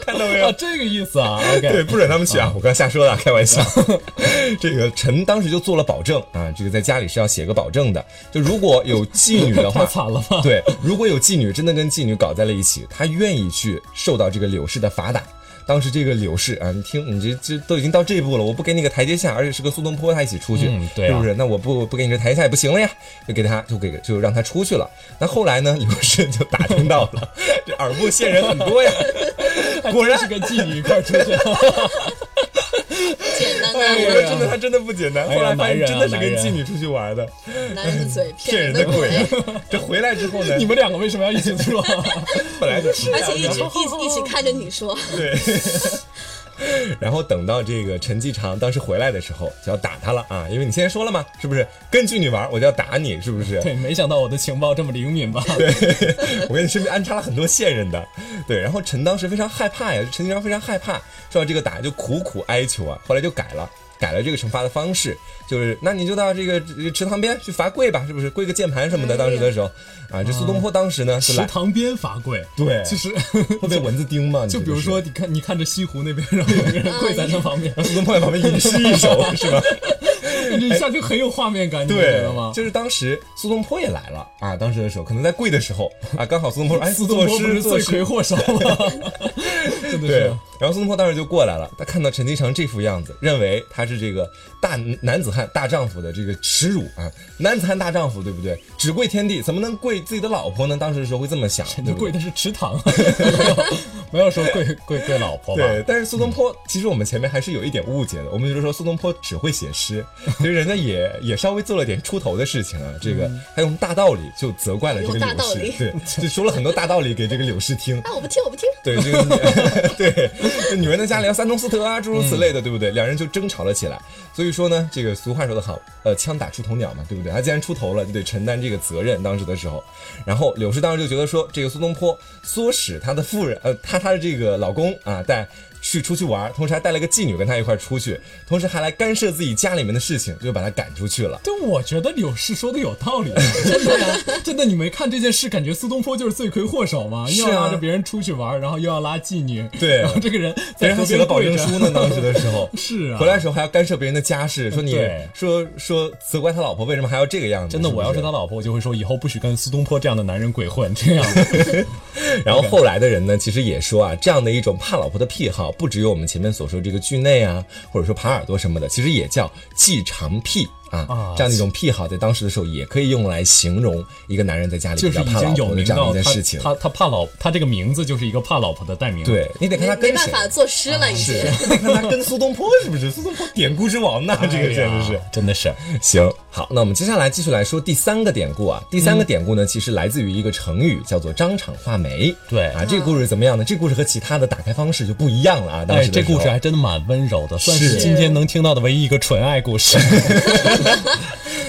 S2: 看到没有
S1: 啊，？这个意思啊。OK，
S2: 对，不准他们去啊！我刚瞎说的啊，开玩笑。 这个陈当时就做了保证啊，这个在家里是要写个保证的，就如果有妓女的话，
S1: 太惨了吧
S2: 对，如果有妓女真的跟妓女搞在了一起，他愿意去受到这个柳氏的罚打。当时这个柳氏啊，你听，你这这都已经到这一步了，我不给你个台阶下，而且是跟苏东坡他一起出去，
S1: 嗯对啊
S2: 是不是？那我不不给你个台阶下也不行了呀，就给他就给就让他出去了。那后来呢，柳氏就打听到了， 这耳目线人很多呀，果 然
S1: 还真是跟妓女一块儿出 去，
S3: 简单
S2: 哎，
S3: 啊，
S2: 我说真的，他真的不简单。
S1: 哎呀
S2: 后来发现
S1: 男人啊
S2: 真的是跟
S1: 男人
S2: 妓女出去玩的，
S3: 男人的嘴
S2: 骗人
S3: 骗人
S2: 的
S3: 的
S2: 鬼啊
S3: 鬼。。
S2: 这回来之后 呢，
S1: 你们两个为什么要一起做？
S2: 本来就是
S3: 而且一直一一起看着你说，
S2: 对。然后等到这个陈继常当时回来的时候，就要打他了啊，因为你现在说了嘛，是不是跟妓女玩我就要打你，是 不是？
S1: 对，没想到我的情报这么灵敏吧？
S2: 我跟你身边安插了很多线人的，对。然后陈当时非常害怕呀，陈继常非常害怕，受到这个打就苦苦哀求啊。后来就改了，改了这个惩罚的方式，就是那你就到这个这个池塘边去罚跪吧，是不是？跪个键盘什么的。当时的时候，啊，这苏东坡当时呢 是
S1: 池
S2: 来
S1: 塘边罚跪，
S2: 对
S1: 其实
S2: 会被蚊子叮吗？你
S1: 就
S2: 这
S1: 比
S2: 个
S1: 如
S2: 是
S1: 说，你看，你看着西湖那边，然后有个人跪在那旁边，
S2: 苏东坡在旁边吟诗 一首，是吧？
S1: 你一下就很有画面感，你不觉
S2: 对
S1: 得吗？
S2: 就是当时苏东坡也来了啊，当时的时候，可能在跪的时候啊，刚好苏 东坡说哎，
S1: 苏东坡
S2: 作
S1: 不
S2: 诗
S1: 是
S2: 作
S1: 罪
S2: 诗
S1: 魁祸首 吗？真的
S2: 对
S1: 是。，
S2: 然后苏东坡当时就过来了，他看到陈金城这副样子，认为他是这个大男子汉大丈夫的这个耻辱啊，男子汉大丈夫对不对？只跪天地，怎么能跪自己的老婆呢？当时的时候会这 么想，
S1: 人
S2: 对
S1: 家
S2: 不
S1: 跪
S2: 对
S1: 的是池塘， 没有没有说跪跪跪老婆吧？
S2: 对，但是苏东坡、其实我们前面还是有一点误解的，我们就是说苏东坡只会写 诗，所以人家也也稍微做了点出头的事情啊。这个他用大道理就责怪了这个
S3: 用
S2: 柳
S3: 嗯大道
S2: 氏
S3: 理，
S2: 对，就说了很多大道理给这个柳氏听。
S3: 啊，我不听，我不听，
S2: 对，这个女 对，这女人在家里要三从四德啊，诸
S1: 嗯
S2: 如此类的，对不对？两人就争吵了起来。所以说呢，这个俗话说得好，呃，枪打出头鸟嘛，对不对？他既然出头了，就得承担这个责任。当时的时候，然后柳氏当时就觉得说，这个苏东坡唆使他的夫人，呃，他他的这个老公啊，带。去出去玩，同时还带了个妓女跟他一块儿出去，同时还来干涉自己家里面的事情，就把他赶出去了。
S1: 但我觉得柳氏说的有道 理，啊真的呀，真的，你没看这件事，感觉苏东坡就是罪魁祸首吗？
S2: 是啊
S1: 又要拉着别人出去玩，然后又要拉妓女，
S2: 对
S1: 然后这个人
S2: 别
S1: 在
S2: 人还
S1: 河
S2: 写
S1: 边
S2: 了保证
S1: 跪着
S2: 书呢，当时的时 候
S1: 是啊
S2: 回来的时候还要干涉别人的家事，说你
S1: 对
S2: 说说责怪他老婆为什么还要这个样子。
S1: 真的，
S2: 不
S1: 我要是他老婆，我就会说以后不许跟苏东坡这样的男人鬼混，这样
S2: 然后后来的人呢，其实也说啊，这样的一种怕老婆的癖好，不只有我们前面所说这个惧内啊，或者说耙耳朵什么的，其实也叫忌长癖啊。
S1: 啊
S2: 这样的一种癖好，在当时的时候也可以用来形容一个男人在家 里
S1: 就
S2: 比
S1: 是
S2: 较
S1: 已
S2: 怕老
S1: 经有
S2: 婆的
S1: 名
S2: 这样的
S1: 到
S2: 一件
S1: 他
S2: 事情。
S1: 他他怕老他这个名字就是一个怕老婆的代名，，
S2: 对你得看他
S3: 没
S2: 跟
S3: 没 办
S2: 谁。啊
S3: 法作诗了，已经
S2: 是，你得看他跟苏东坡是不是？苏东坡典故之 王 呐，这个简直是。
S1: 真的是哎
S2: 行，好，那我们接下来继续来说第三个典故啊。第三
S1: 嗯
S2: 个典故呢，其实来自于一个成语，叫做“张敞画眉”。
S1: 对
S2: 啊，这个故事怎么样呢？这个故事和其他的打开方式就不一样了啊。当
S1: 哎，
S2: 时的
S1: 这
S2: 时候、
S1: 故事还真的蛮温柔的，算
S2: 是
S1: 是今天能听到的唯一一个纯爱故事。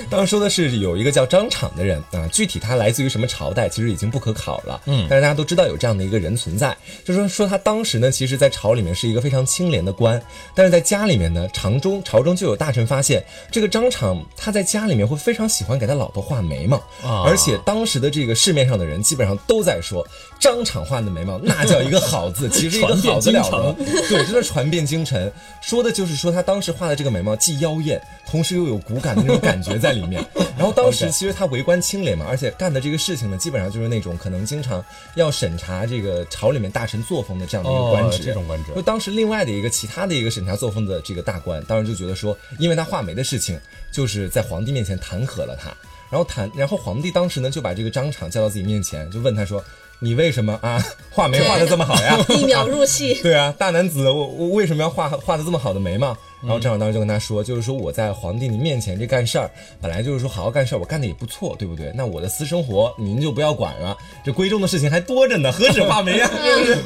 S2: 当时说的是有一个叫张敞的人啊，具体他来自于什么朝代，其实已经不可考了。嗯，但是大家都知道有这样的一个人存在，就说说他当时呢，其实在朝里面是一个非常清廉的官，但是在家里面呢，朝中朝中就有大臣发现，这个张敞他在家里面会非常喜欢给他老婆画眉毛，
S1: 啊
S2: 而且当时的这个市面上的人基本上都在说张敞画的眉毛那叫一个好字，其实一个好得了的
S1: 传遍京城。
S2: 对，真的传遍京城，说的就是说他当时画的这个眉毛既妖艳，同时又有骨感的那种感觉在里一面。然后当时其实他为官清廉嘛，而且干的这个事情呢，基本上就是那种可能经常要审查这个朝里面大臣作风的这样的一个官职。
S1: 哦这种官职
S2: 就当时另外的一个其他的一个审查作风的这个大官，当时就觉得说，因为他画眉的事情，就是在皇帝面前弹劾了他。然后弹，然后皇帝当时呢就把这个张敞叫到自己面前，就问他说：“你为什么啊画眉画的这么好 呀？”
S3: 一秒入戏。
S2: 对啊，大男子，我我为什么要画画的这么好的眉毛？然后张小当时就跟他说，就是说我在皇帝您面前这干事儿，本来就是说好好干事儿，我干的也不错，对不对？那我的私生活您就不要管了，这闺中的事情还多着呢，何止画眉呀，是不是？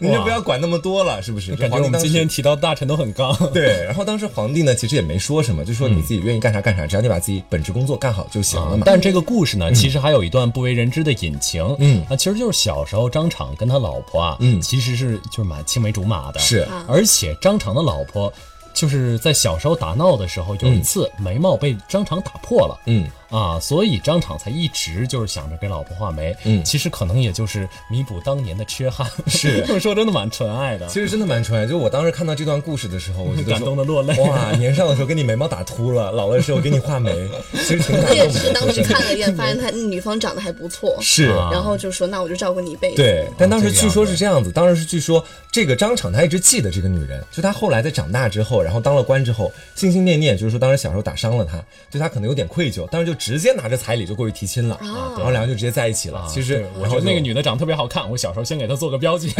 S2: 您就不要管那么多了，是不是？
S1: 感觉
S2: 皇帝
S1: 我们
S2: 当时
S1: 今天提到大臣都很刚。
S2: 对，然后当时皇帝呢其实也没说什么，就说
S1: 嗯
S2: 你自己愿意干啥干啥，只要你把自己本职工作干好就行了嘛。
S1: 但这个故事呢，其实还有一段不为人知的隐情。嗯，啊，其实就是小时候张敞跟他老婆啊，嗯，其实是就是蛮青梅竹马的。
S2: 是，
S1: 而且张敞的老婆就是在小时候打闹的时候，有一次眉毛被张敞打破了。
S2: 嗯。
S1: 啊，所以张敞才一直就是想着给老婆画眉，嗯，其实可能也就是弥补当年的缺憾，
S2: 是
S1: 说真的蛮纯爱的，
S2: 其实真的蛮纯爱，就我当时看到这段故事的时候，我觉得说
S1: 感动得落泪
S2: 哇，年少的时候给你眉毛打秃了，老了的时候给你画眉， 其实挺感
S3: 我
S2: 动
S3: 也
S2: 的。
S3: 是当时
S2: 真的
S3: 看了一眼，发现他女方长得还不错，
S2: 是。
S1: 啊
S3: 然后就说那我就照顾你一辈子。
S2: 对，但当时
S1: 这个
S2: 据说是这样子，当时是据说这个张敞他一直记得这个女人，就他后来在长大之后，然后当了官之后，心心念念就是说当时小时候打伤了她，对她可能有点愧疚，当时就直接拿着彩礼就过去提亲了，
S3: 啊
S2: 然后两个人就直接在一起了。其实
S1: 啊对我觉得那个女的长得特别好看，我小时候先给她做个标 记。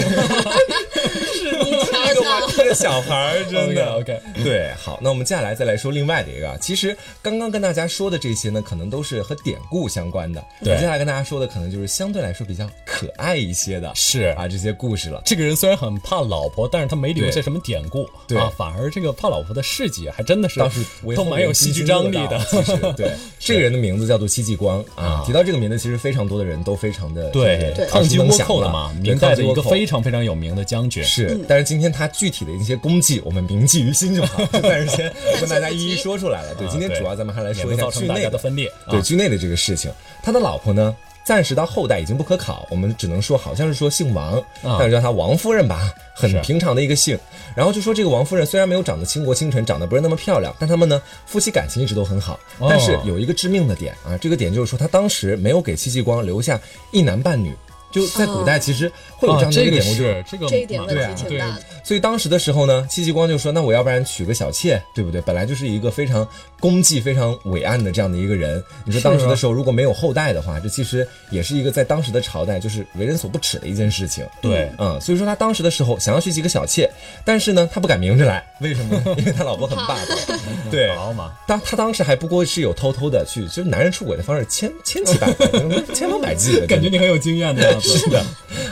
S3: 你瞧
S2: 这个顽
S3: 瞧，
S2: 皮的小孩儿，真的
S1: OK，OK
S2: 对，好，那我们接下来再来说另外的一个啊。其实刚刚跟大家说的这些呢，可能都是和典故相关的。
S1: 对
S2: 我接下来跟大家说的可能就是相对来说比较可爱一些的，
S1: 是
S2: 啊，这些故事了。
S1: 这个人虽然很怕老婆，但是他没留下
S2: 对
S1: 什么典故，
S2: 对
S1: 啊，反而这个怕老婆的事迹还真的是
S2: 当时为
S1: 都
S2: 后
S1: 蛮
S2: 人
S1: 有
S2: 津
S1: 戏剧
S2: 津
S1: 张
S2: 乐
S1: 力
S2: 道
S1: 的。
S2: 其实对，这个人的名字叫做戚继光啊。提到这个名字，其实非常多的人都非常的
S1: 对，抗
S2: 抗
S1: 击
S2: 击
S1: 倭寇的嘛，明代的一个。
S2: 对抗击倭寇
S1: 非常非常有名的将军。
S2: 是，但是今天他具体的一些功绩，我们铭记于心就 好，就暂时先不跟大家一一说出来了。对，今天
S1: 啊对
S2: 主要咱们还来
S1: 也
S2: 说
S1: 不
S2: 一下
S1: 造成
S2: 剧
S1: 大
S2: 内
S1: 家的分裂。
S2: 对
S1: 啊，
S2: 剧内的这个事情，他的老婆呢，暂时到后代已经不可考，我们只能说好像是说姓王，
S1: 啊
S2: 但是叫她王夫人吧，
S1: 是
S2: 很平常的一个姓。然后就说这个王夫人虽然没有长得倾国倾城，长得不是那么漂亮，但他们呢夫妻感情一直都很好。
S1: 哦
S2: 但是有一个致命的点啊，这个点就是说她当时没有给戚继光留下一男半女。就在古代，其实会有这
S1: 啊，
S2: 样的一
S1: 这个是这个
S2: 个典故，就是
S3: 这一点
S1: 蛮
S3: 问
S1: 对啊
S3: 题挺大的。
S2: 所以当时的时候呢，戚继光就说：“那我要不然娶个小妾，对不对？本来就是一个非常功绩非常伟岸的这样的一个人。你说当时的时候如果没有后代的话，这其实也是一个在当时的朝代就是为人所不齿的一件事情。
S1: 对
S2: 嗯，所以说他当时的时候想要娶几个小妾，但是呢，他不敢明着来，为什么 呢？因为他老婆很霸道。对，
S1: 好嘛，
S2: 当他当时还不过是有偷偷的去，就是男人出轨的方式千千 奇百怪，千方百计的，
S1: 感觉你很有经验的样子。
S2: 是的，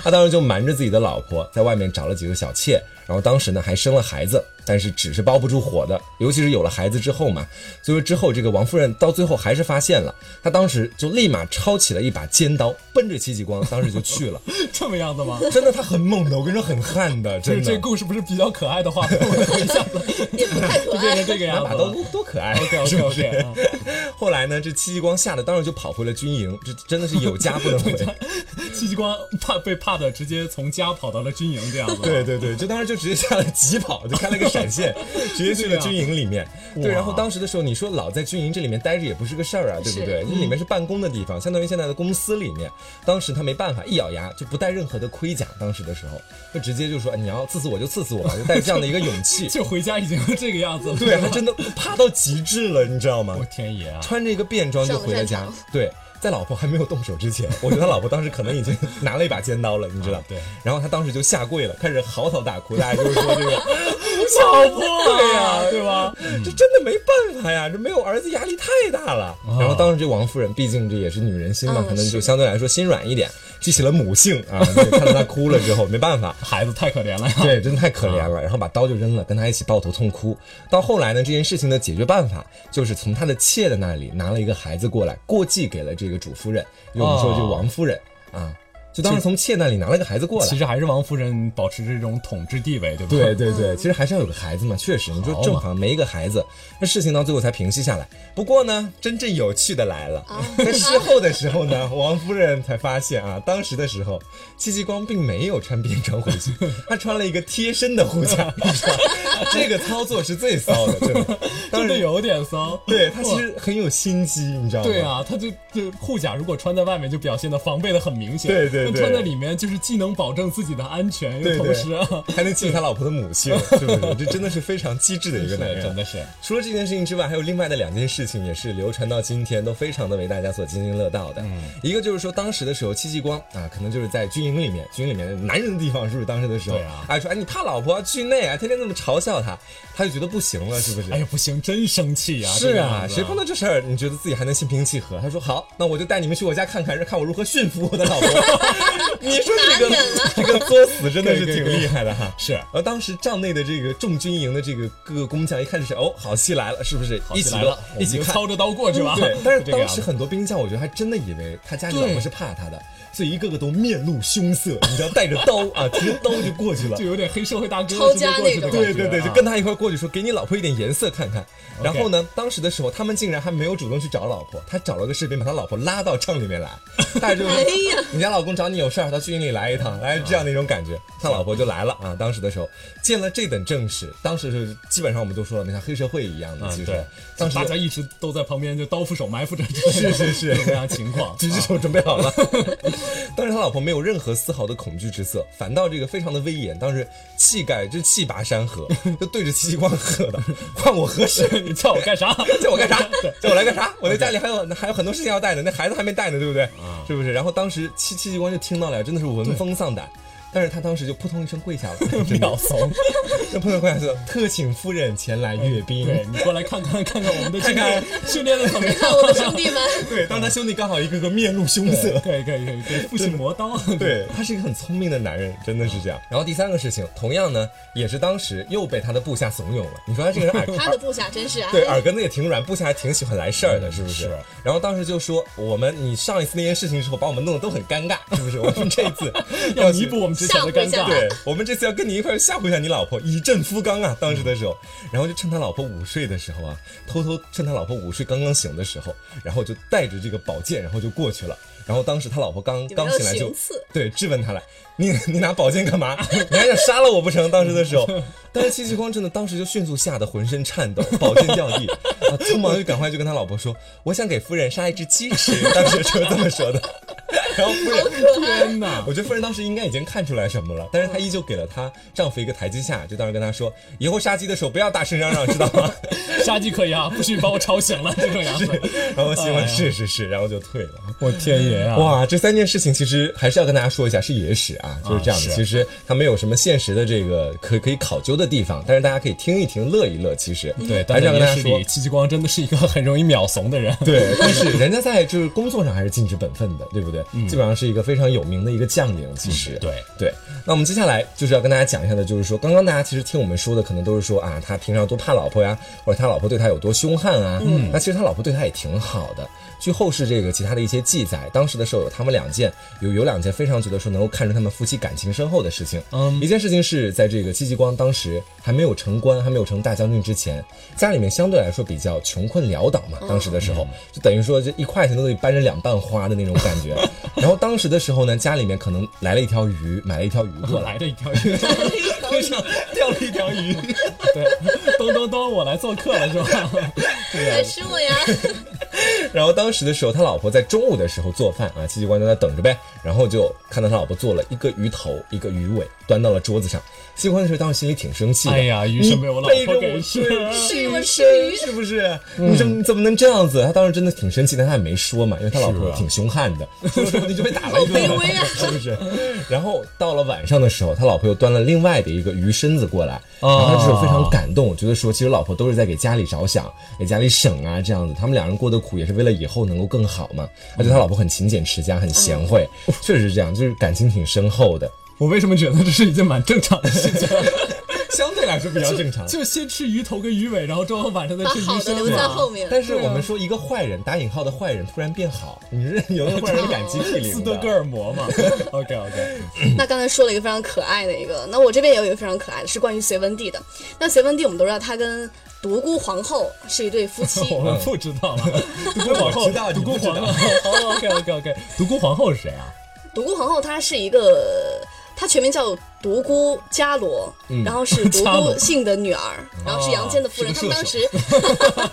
S2: 他当时就瞒着自己的老婆，在外面找了几个小妾，然后当时呢还生了孩子，但是纸是包不住火的，尤其是有了孩子之后嘛，所以说之后这个王夫人到最后还是发现了，她当时就立马抄起了一把尖刀，奔着戚继光当时就去了，
S1: 这么样子吗？
S2: 真的，她很猛的，我跟你说很悍的，
S1: 就是
S2: 真
S1: 这
S2: 的，
S1: 故事不是比较可爱的话，我一下子
S3: 也不太 可
S1: 就变
S3: 爱
S1: 成。这个
S2: 拿
S1: 样
S2: 把
S1: 子
S2: 刀
S1: 了。啊
S2: 多多可爱
S1: OK
S2: 是
S1: OK
S2: 不是
S1: OK，
S2: 后来呢，这戚继光吓得当时就跑回了军营，这真的是有家不能回。
S1: 戚继光怕被怕的直接从家跑到了军营这样子。
S2: 对对对，就当时就直接下来急跑，就开了个闪现，直接去了军营里面。
S1: 哇。
S2: 对，然后当时的时候，你说老在军营这里面待着也不是个事儿啊，对不对？这里面是办公的地方，相当于现在的公司里面。当时他没办法，一咬牙就不带任何的盔甲，当时的时候就直接就说哎你要刺死我就刺死我吧，就带着这样的一个勇气
S1: 就回家已经这个样子了。
S2: 对，他真的怕到极致了，你知道吗
S1: 我？天爷啊！
S2: 穿着一个便装就回了家
S3: 上了战。
S2: 对，在老婆还没有动手之前，我觉得他老婆当时可能 已经拿了一把尖刀了，你知道？
S1: 对。
S2: 然后他当时就下跪了，开始嚎啕大哭，大家就是说 这个
S1: 老婆
S3: 啊
S1: 对呀、
S2: 呀
S1: 对吧？
S3: 嗯
S2: 这真的没办法呀，这没有儿子压力太大了。然后当时这王夫人，毕竟这也是女人心嘛
S3: 嗯，
S2: 可能就相对来说心软一点，激起了母性啊。就看到她哭了之后，没办法，
S1: 孩子太可怜了 呀。
S2: 对，真的太可怜
S1: 啊
S2: 了。然后把刀就扔了，跟他一起抱头痛哭。到后来呢，这件事情的解决办法就是从他的妾
S1: 哦
S2: 的那里拿了一个孩子过来，过继给了这个主夫人，也就是我们说这个王夫人、啊。就当是从妾那里拿了个孩子过来。
S1: 其实还是王夫人保持着这种统治地位，对吧？
S2: 对对对，其实还是要有个孩子嘛，确实，你说
S1: 嗯好
S2: 正
S1: 嘛
S2: 常没一个孩子，那事情到最后才平息下来。不过呢，真正有趣的来了，
S1: 啊
S2: 在事后的时候呢，王夫人才发现啊， 当时的时候，戚继光并没有穿便装回 去，他穿了一个贴身的护甲，你知道吗这个操作是最骚 的，真的。当
S1: 真的
S2: 时
S1: 有点骚。
S2: 对他其实很有心机，你知道吗？
S1: 对啊，他就就护甲如果穿在外面，就表现的防备的很明显。
S2: 对对对
S1: 但穿在里面就是既能保证自己的安全，
S2: 对
S1: 又同
S2: 对
S1: 时啊，
S2: 还能记他老婆的母亲，是不是？这真的是非常机智的一个
S1: 是
S2: 男人啊，
S1: 真的是
S2: 除了这件事情之外，还有另外的两件事情也是流传到今天，都非常的为大家所津津乐道的。
S1: 嗯
S2: 一个就是说，当时的时候，戚继光啊，可能就是在军营里面，军营里面男人的地方，是不是？当时的时候，
S1: 对啊
S2: 哎说哎你怕老婆惧内啊，天天那么嘲笑他，他就觉得不行了，是不是？
S1: 哎呀不行，真生气呀、
S2: 是啊，谁
S1: 不
S2: 碰
S1: 能？
S2: 到这事儿，你觉得自己还能心平气和？他说好，那我就带你们去我家看看，看我如何驯服我的老婆。 你说这
S3: 打
S2: 个
S3: 脸了
S2: 这个作死真的是
S1: 啊对对
S2: 挺
S1: 对
S2: 厉害的哈。
S1: 是
S2: 而当时帐内的这个众军营的这个各个工匠一看是谁，哦，好戏来了，是不是？
S1: 好
S2: 一
S1: 起
S2: 起
S1: 来
S2: 都
S1: 了，
S2: 一起
S1: 我们就
S2: 看。嗯
S1: 操着刀过去吧。
S2: 对，但是
S1: 这个
S2: 当
S1: 样
S2: 时
S1: 子
S2: 很多兵将，我觉得还真的以为他家里老婆
S1: 对
S2: 是怕他的，所以一个个都面露凶色，你知道，带着刀啊，提着刀就过去 了
S1: 就。有点黑社会大哥
S3: 抄家
S1: 直接过去
S3: 那
S1: 的感
S3: 种
S1: 觉
S2: 对对对，
S1: 啊
S2: 就跟他一块儿过去说，给你老婆一点颜色看看。然后呢，当时的时候，他们竟然还没有主动去找老婆，他找了个士兵把他老婆拉到帐里面 来，大家就说
S3: 哎呀，
S2: 你家老公找你有事儿，到军营里来一趟，
S1: 啊
S2: 哎，这样的一种感觉。他老婆就来了啊，当时的时候见了这等阵势，当时是基本上我们都说了，那像黑社会一样的，
S1: 嗯
S2: 其实
S1: 对
S2: 当时
S1: 大家一直都在旁边就刀斧手埋伏着之类的，
S2: 是是是
S1: 这样情况。
S2: 举起手准备好了。当时他老婆没有任何丝毫的恐惧之色，反倒这个非常的威严，当时气概之气拔山河，就对着戚继光喝 的，换我何时？
S1: 你叫我干啥？
S2: 叫我干啥？ 叫我来干啥？我在家里还有还有很多事情要带呢，那孩子还没带呢，对不对？
S1: 啊
S2: 是不是？然后当时戚戚继光就听到了，真的是闻风丧胆。但是他当时就扑通一声跪下 了，真的
S1: 秒怂，
S2: 就扑通跪下说：“特请夫人前来阅兵。
S1: 对你过来看看看看我们的这
S2: 看
S1: 个 训练的怎么样？
S3: 看我的 兄弟们，
S2: 对，当
S1: 嗯
S2: 时他兄弟刚好一个个面露凶色，
S1: 可以可以可以，给父亲磨刀。
S2: 对他是一个很聪明的男人，真的是这样。然后第三个事情，同样呢，也是当时又被他的部下怂恿了。你说他这个 人耳
S3: 他的部下真是啊，
S2: 对，耳根子也挺软，部下还挺喜欢来事儿的，是不是？
S1: 是
S2: 然后当时就说，我们你上一次那件事情之后，把我们弄得都很尴尬，是不是？我们这 次
S1: 要
S2: 去
S1: 弥补。我们之前的尴
S3: 下
S1: 尬。
S3: 回
S2: 对，我们这次要跟你一块儿吓唬一下你老婆，以正夫刚啊！当时的时候，然后就趁他老婆午睡的时候啊，偷偷趁他老婆午睡刚刚醒的时候，然后就带着这个宝剑，然后就过去了。然后当时他老婆刚
S3: 有
S2: 刚
S3: 没有
S2: 醒来就
S3: 行刺
S2: 对质问他来，你你拿宝剑干嘛？ 你还想杀了我不成？当时的 时候，但是戚继光真的当时就迅速吓得浑身颤抖，宝剑掉地，啊，匆忙就赶快就跟他老婆说，我想给夫人杀一只鸡吃，当时就这么说的。 然后夫人
S3: 好可爱。
S1: 天哪！
S2: 我觉得夫人当时应该已经看出来什么了，但是她依旧给了她丈夫一个台阶下，就当时跟她说，以后杀鸡的时候不要大声嚷嚷，知道 吗？
S1: 杀鸡可以啊，不许把我吵醒了，这种样子。
S2: 然后媳妇
S1: 哎呀
S2: 是 是是，然后就退了。
S1: 我天爷啊！
S2: 哇，这三件事情其实还是要跟大家说一下，是野史啊，就是这样的。
S1: 啊是
S2: 其实它没有什么现实的这个可可以考究的地方，但是大家可以听一听，乐一乐。其实
S1: 对，
S2: 还
S1: 但
S2: 是
S1: 是
S2: 要跟
S1: 也
S2: 大家
S1: 是
S2: 说
S1: 里，，戚继光真的是一个很容易秒怂的人。
S2: 对，但是人家在就是工作上还是尽职本分的，对不对？基本上是一个非常有名的一个将领，其实、
S1: 对
S2: 对。那我们接下来就是要跟大家讲一下的，就是说刚刚大家其实听我们说的，可能都是说啊，他平常多怕老婆呀，或者他老婆对他有多凶悍啊。嗯，那其实他老婆对他也挺好的。据后世这个其他的一些记载，当时的时候有他们两件，有有两件非常觉得说能够看出他们夫妻感情深厚的事情。
S1: 嗯
S2: 一件事情是在这个戚继光当时还没有成官，还没有成大将军之前，家里面相对来说比较穷困潦倒嘛，当时的时候、就等于说这一块钱都得掰成两半花的那种感觉。 然后当时的时候呢，家里面可能来了一条鱼，买了一条鱼过
S1: 我
S2: 来，
S1: 来的一条鱼，
S2: 天上钓了一条鱼。
S1: 对，咚咚咚，我来做客了是吧？
S3: 来吃我 呀！
S2: 然后当时的时候，他老婆在中午的时候做饭啊，戚继光在那等着呗，然后就看到他老婆做了一个鱼头，一个鱼尾，端到了桌子上。戚继光那时候当时心里挺生气的，
S1: 哎呀鱼生被我老婆
S2: 你背着
S1: 给
S2: 我
S1: 吃
S2: 对
S3: 是
S2: 鱼
S3: 我吃
S2: 生
S3: 鱼
S2: 是不是？你怎么你怎么能这样子？他当时真的挺生气，但他也没说嘛，因为他老婆
S1: 是啊
S2: 挺凶悍的，说说不定就被打了一顿，
S3: 好卑微啊
S2: 是不是？然后到了晚上的时候，他老婆又端了另外的一个鱼身子过来，然后他这时候非常感动，觉得说其实老婆都是在给家里着想，给家里省啊这样子，他们两人过得苦也是为了以后能够更好嘛。而且他老婆很勤俭持家，很贤惠，确实是这样，就是感情挺深厚的。
S1: 我为什么觉得这是一件蛮正常的事情？
S2: 相对来说比较正常。
S1: 就先吃鱼头跟鱼尾，然后之后晚上再
S3: 把
S1: 吃鱼
S3: 好的
S1: 身
S3: 留
S1: 嘛
S3: 在后 面。
S2: 但是我们说一个坏人，打引号的坏人突然变好， 你是有的坏人是感激涕零的。
S1: 斯 德哥
S3: 啊
S1: 尔摩嘛。OK OK，
S3: 那刚才说了一个非常可爱的一个，那我这边也有一个非常可爱的，是关于隋文帝的。那隋文帝我们都知道，他跟独孤皇后是一对夫妻
S1: 我们不知道了。独孤皇
S2: 我
S1: 后
S2: 知道，
S1: 独
S2: 你
S1: 孤
S2: 不知道
S1: 皇后。好 OK OK OK，独孤皇后是谁啊？
S3: 独孤皇后她是一个，她全名叫独孤伽罗，然后是独
S1: 伽罗
S3: 孤姓的 女儿，然后是杨坚的夫人。他
S2: 是个
S3: 们哦当时，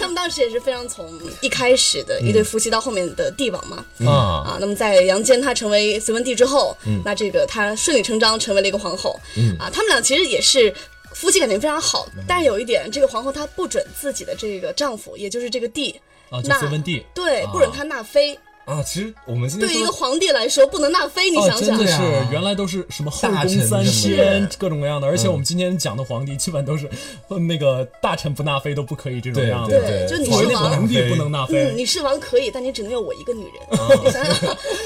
S3: 他们当时也是非常从一开始的一对夫妻到后面的帝王嘛。
S1: 啊，
S3: 啊，那么在杨坚她成为隋文帝之后，
S1: 嗯
S3: 那这个她顺理成章成为了一个皇后。啊，他们俩其实也是。夫妻感情非常好，
S1: 嗯
S3: 但是有一点，这个皇后她不准自己的这个丈夫，也就是这个帝，
S1: 啊，就
S3: 纳
S1: 隋文帝。
S3: 对，
S1: 啊
S3: 不准他纳妃。
S2: 啊，其实我们今天
S3: 对于一个
S2: 说
S3: 皇帝来说，不能纳妃，你
S1: 哦，
S3: 想
S1: 真
S3: 想啊
S1: 的，是
S2: 啊，
S1: 原来都是什么后
S2: 大
S1: 宫
S2: 臣
S1: 三
S2: 什么
S1: 千
S2: 的
S1: 各种各样的，
S2: 嗯
S1: 而且我们今天讲的皇帝基本都是呃那个大臣不纳妃都不可以这种
S2: 对
S1: 样
S2: 对
S1: 的，
S3: 对，就你
S1: 皇
S3: 是
S1: 帝
S2: 不能
S3: 王，
S1: 皇帝不能 纳妃哦
S3: 嗯，，你是王可以，但你只能有我一个女人。你想 想，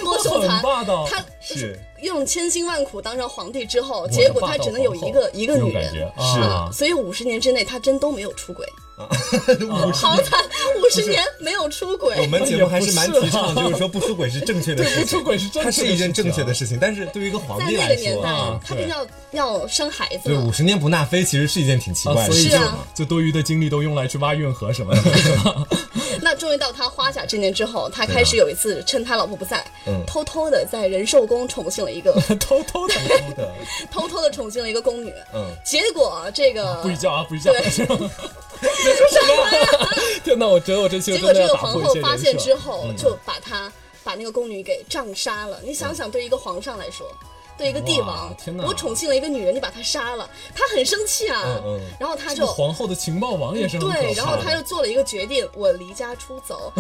S3: 多凶
S1: 很
S3: 残！
S1: 霸道。
S3: 他
S2: 是
S3: 用千辛万苦当上皇帝之后，结果他只能有一个一个
S1: 这种
S3: 女
S1: 感觉
S3: 人。
S2: 是
S1: 啊
S3: 所以五十年之内，他真都没有出轨，
S2: 五十
S3: 好 惨！五十年没有出
S2: 我
S3: 轨，
S2: 们节目还是蛮提倡，就是说不出轨是正确的事
S1: 对，不
S2: 情，
S1: 出轨是正确的
S2: 它是一件正确的
S1: 事
S2: 事情，但是对于一个皇
S3: 在
S2: 帝
S3: 那
S2: 来
S3: 个年
S2: 说，
S3: 代
S1: 啊，
S3: 他
S1: 对
S3: 必须要要生孩子
S2: 对
S3: 嘛
S2: 五。十年不纳妃其实是一件挺奇
S1: 情啊，
S2: 怪的
S1: 所以
S2: 事
S1: 就
S3: 情
S2: 情。
S3: 是啊
S1: 就多余的精力都用来去挖运河什么 的，是吧
S3: 那终于到他花甲之年之后，
S1: 啊
S3: 他开始有一次趁他老婆不在
S2: 嗯，
S3: 偷偷的在仁寿宫宠幸了一 个，
S1: 偷偷的。
S2: 真的，
S3: 偷偷的宠幸了一个宫女。
S2: 嗯，
S3: 结果这个
S1: 不许叫啊！不许叫！
S3: 对
S1: 是吗在说什么呀？天哪，我觉得我这期
S3: 结
S1: 真
S3: 果
S1: 的
S3: 这
S1: 要
S3: 个
S1: 打
S3: 皇
S1: 破一
S3: 后
S1: 些
S3: 发
S1: 人
S3: 现
S1: 设嗯
S3: 之后，就把她把那个宫女给杖杀了。你想想，对一个皇上来说，对一个帝
S1: 哇
S3: 王
S1: 天，哪
S3: 我宠幸了一个女人，你把她杀了，他很生气啊
S2: 嗯嗯。
S3: 然后他
S1: 这个
S3: 就
S1: 皇后的情报网也是很
S3: 对，
S1: 可
S3: 然
S1: 怕
S3: 后
S1: 的
S3: 他就做了一个决定，我离家出 走。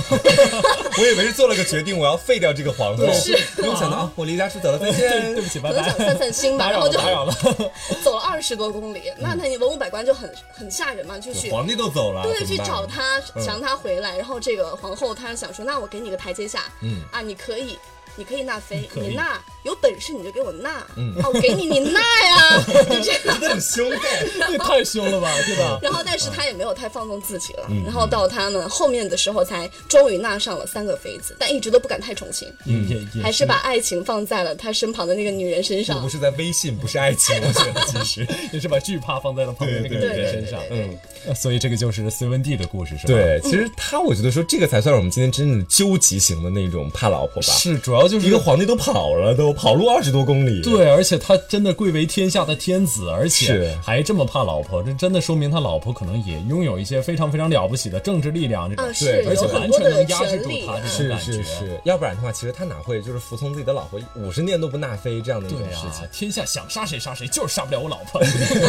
S2: 我以为是做了个决定，我要废掉这个皇后，
S3: 是
S2: 没有想到啊，我离家出走了，再
S1: 对
S2: 见
S1: 对。不起，拜
S3: 可能
S1: 拜
S3: 想。散散心吧，
S1: 打
S3: 然
S1: 扰
S3: 后
S1: 了，
S3: 就
S1: 打扰了。嗯
S3: 走了二十多公里。那那你文武百官就很很吓人嘛，就去
S2: 皇帝都走了，
S3: 对，
S2: 怎
S3: 去
S2: 么办
S3: 找他，
S1: 嗯
S3: 想让他回来。然后这个皇后她想说，那我给你个台阶下，
S2: 嗯
S3: 啊，你可以。你可以纳妃，
S1: 可以嗯
S3: 你纳有本事你就给我纳，啊，我给你你纳呀， 就这样。
S2: 真的很凶哎。
S1: 这也太凶了吧，对吧？
S3: 然后，但是她也没有太放纵自己了。
S1: 嗯
S3: 然后到他们后面的时候，才终于纳上了三个妃子，但一直都不敢太宠幸，
S1: 也嗯也也
S3: 还是把爱情放在了他身旁的那个女人身
S2: 这
S3: 上
S2: 不。是在微信，不是爱情，我觉得其实。
S1: 也是把惧怕放在了旁边那个女
S2: 对
S1: 人
S2: 对
S1: 身
S3: 对
S1: 上
S3: 对，
S2: 嗯，
S1: 呃所以这个就是隋文帝的故事，是吧？，
S2: 对，其实他我觉得说这个才算是我们今天真正的究极型的那种怕老婆吧。
S1: 是主要就是
S2: 一个皇帝都跑了，都跑路二十多公里。，
S1: 对，而且他真的贵为天下的天子，而且
S2: 是
S1: 还这么怕老婆，这真的说明他老婆可能也拥有一些非常非常了不起的政治力量，这种、
S3: 啊，
S2: 对
S3: 是
S1: 而且
S3: 有很
S1: 完
S3: 多
S1: 全能
S3: 的
S1: 压制
S3: 权
S1: 住
S3: 利
S1: 他
S3: 啊
S1: 这种
S2: 是
S1: 感觉。
S2: 是是，要不然的话，其实他哪会就是服从自己的老婆五十年都不纳妃这样的一种
S1: 对
S2: 事情
S1: 啊，，天下想杀谁杀谁，就是杀不了我老 婆。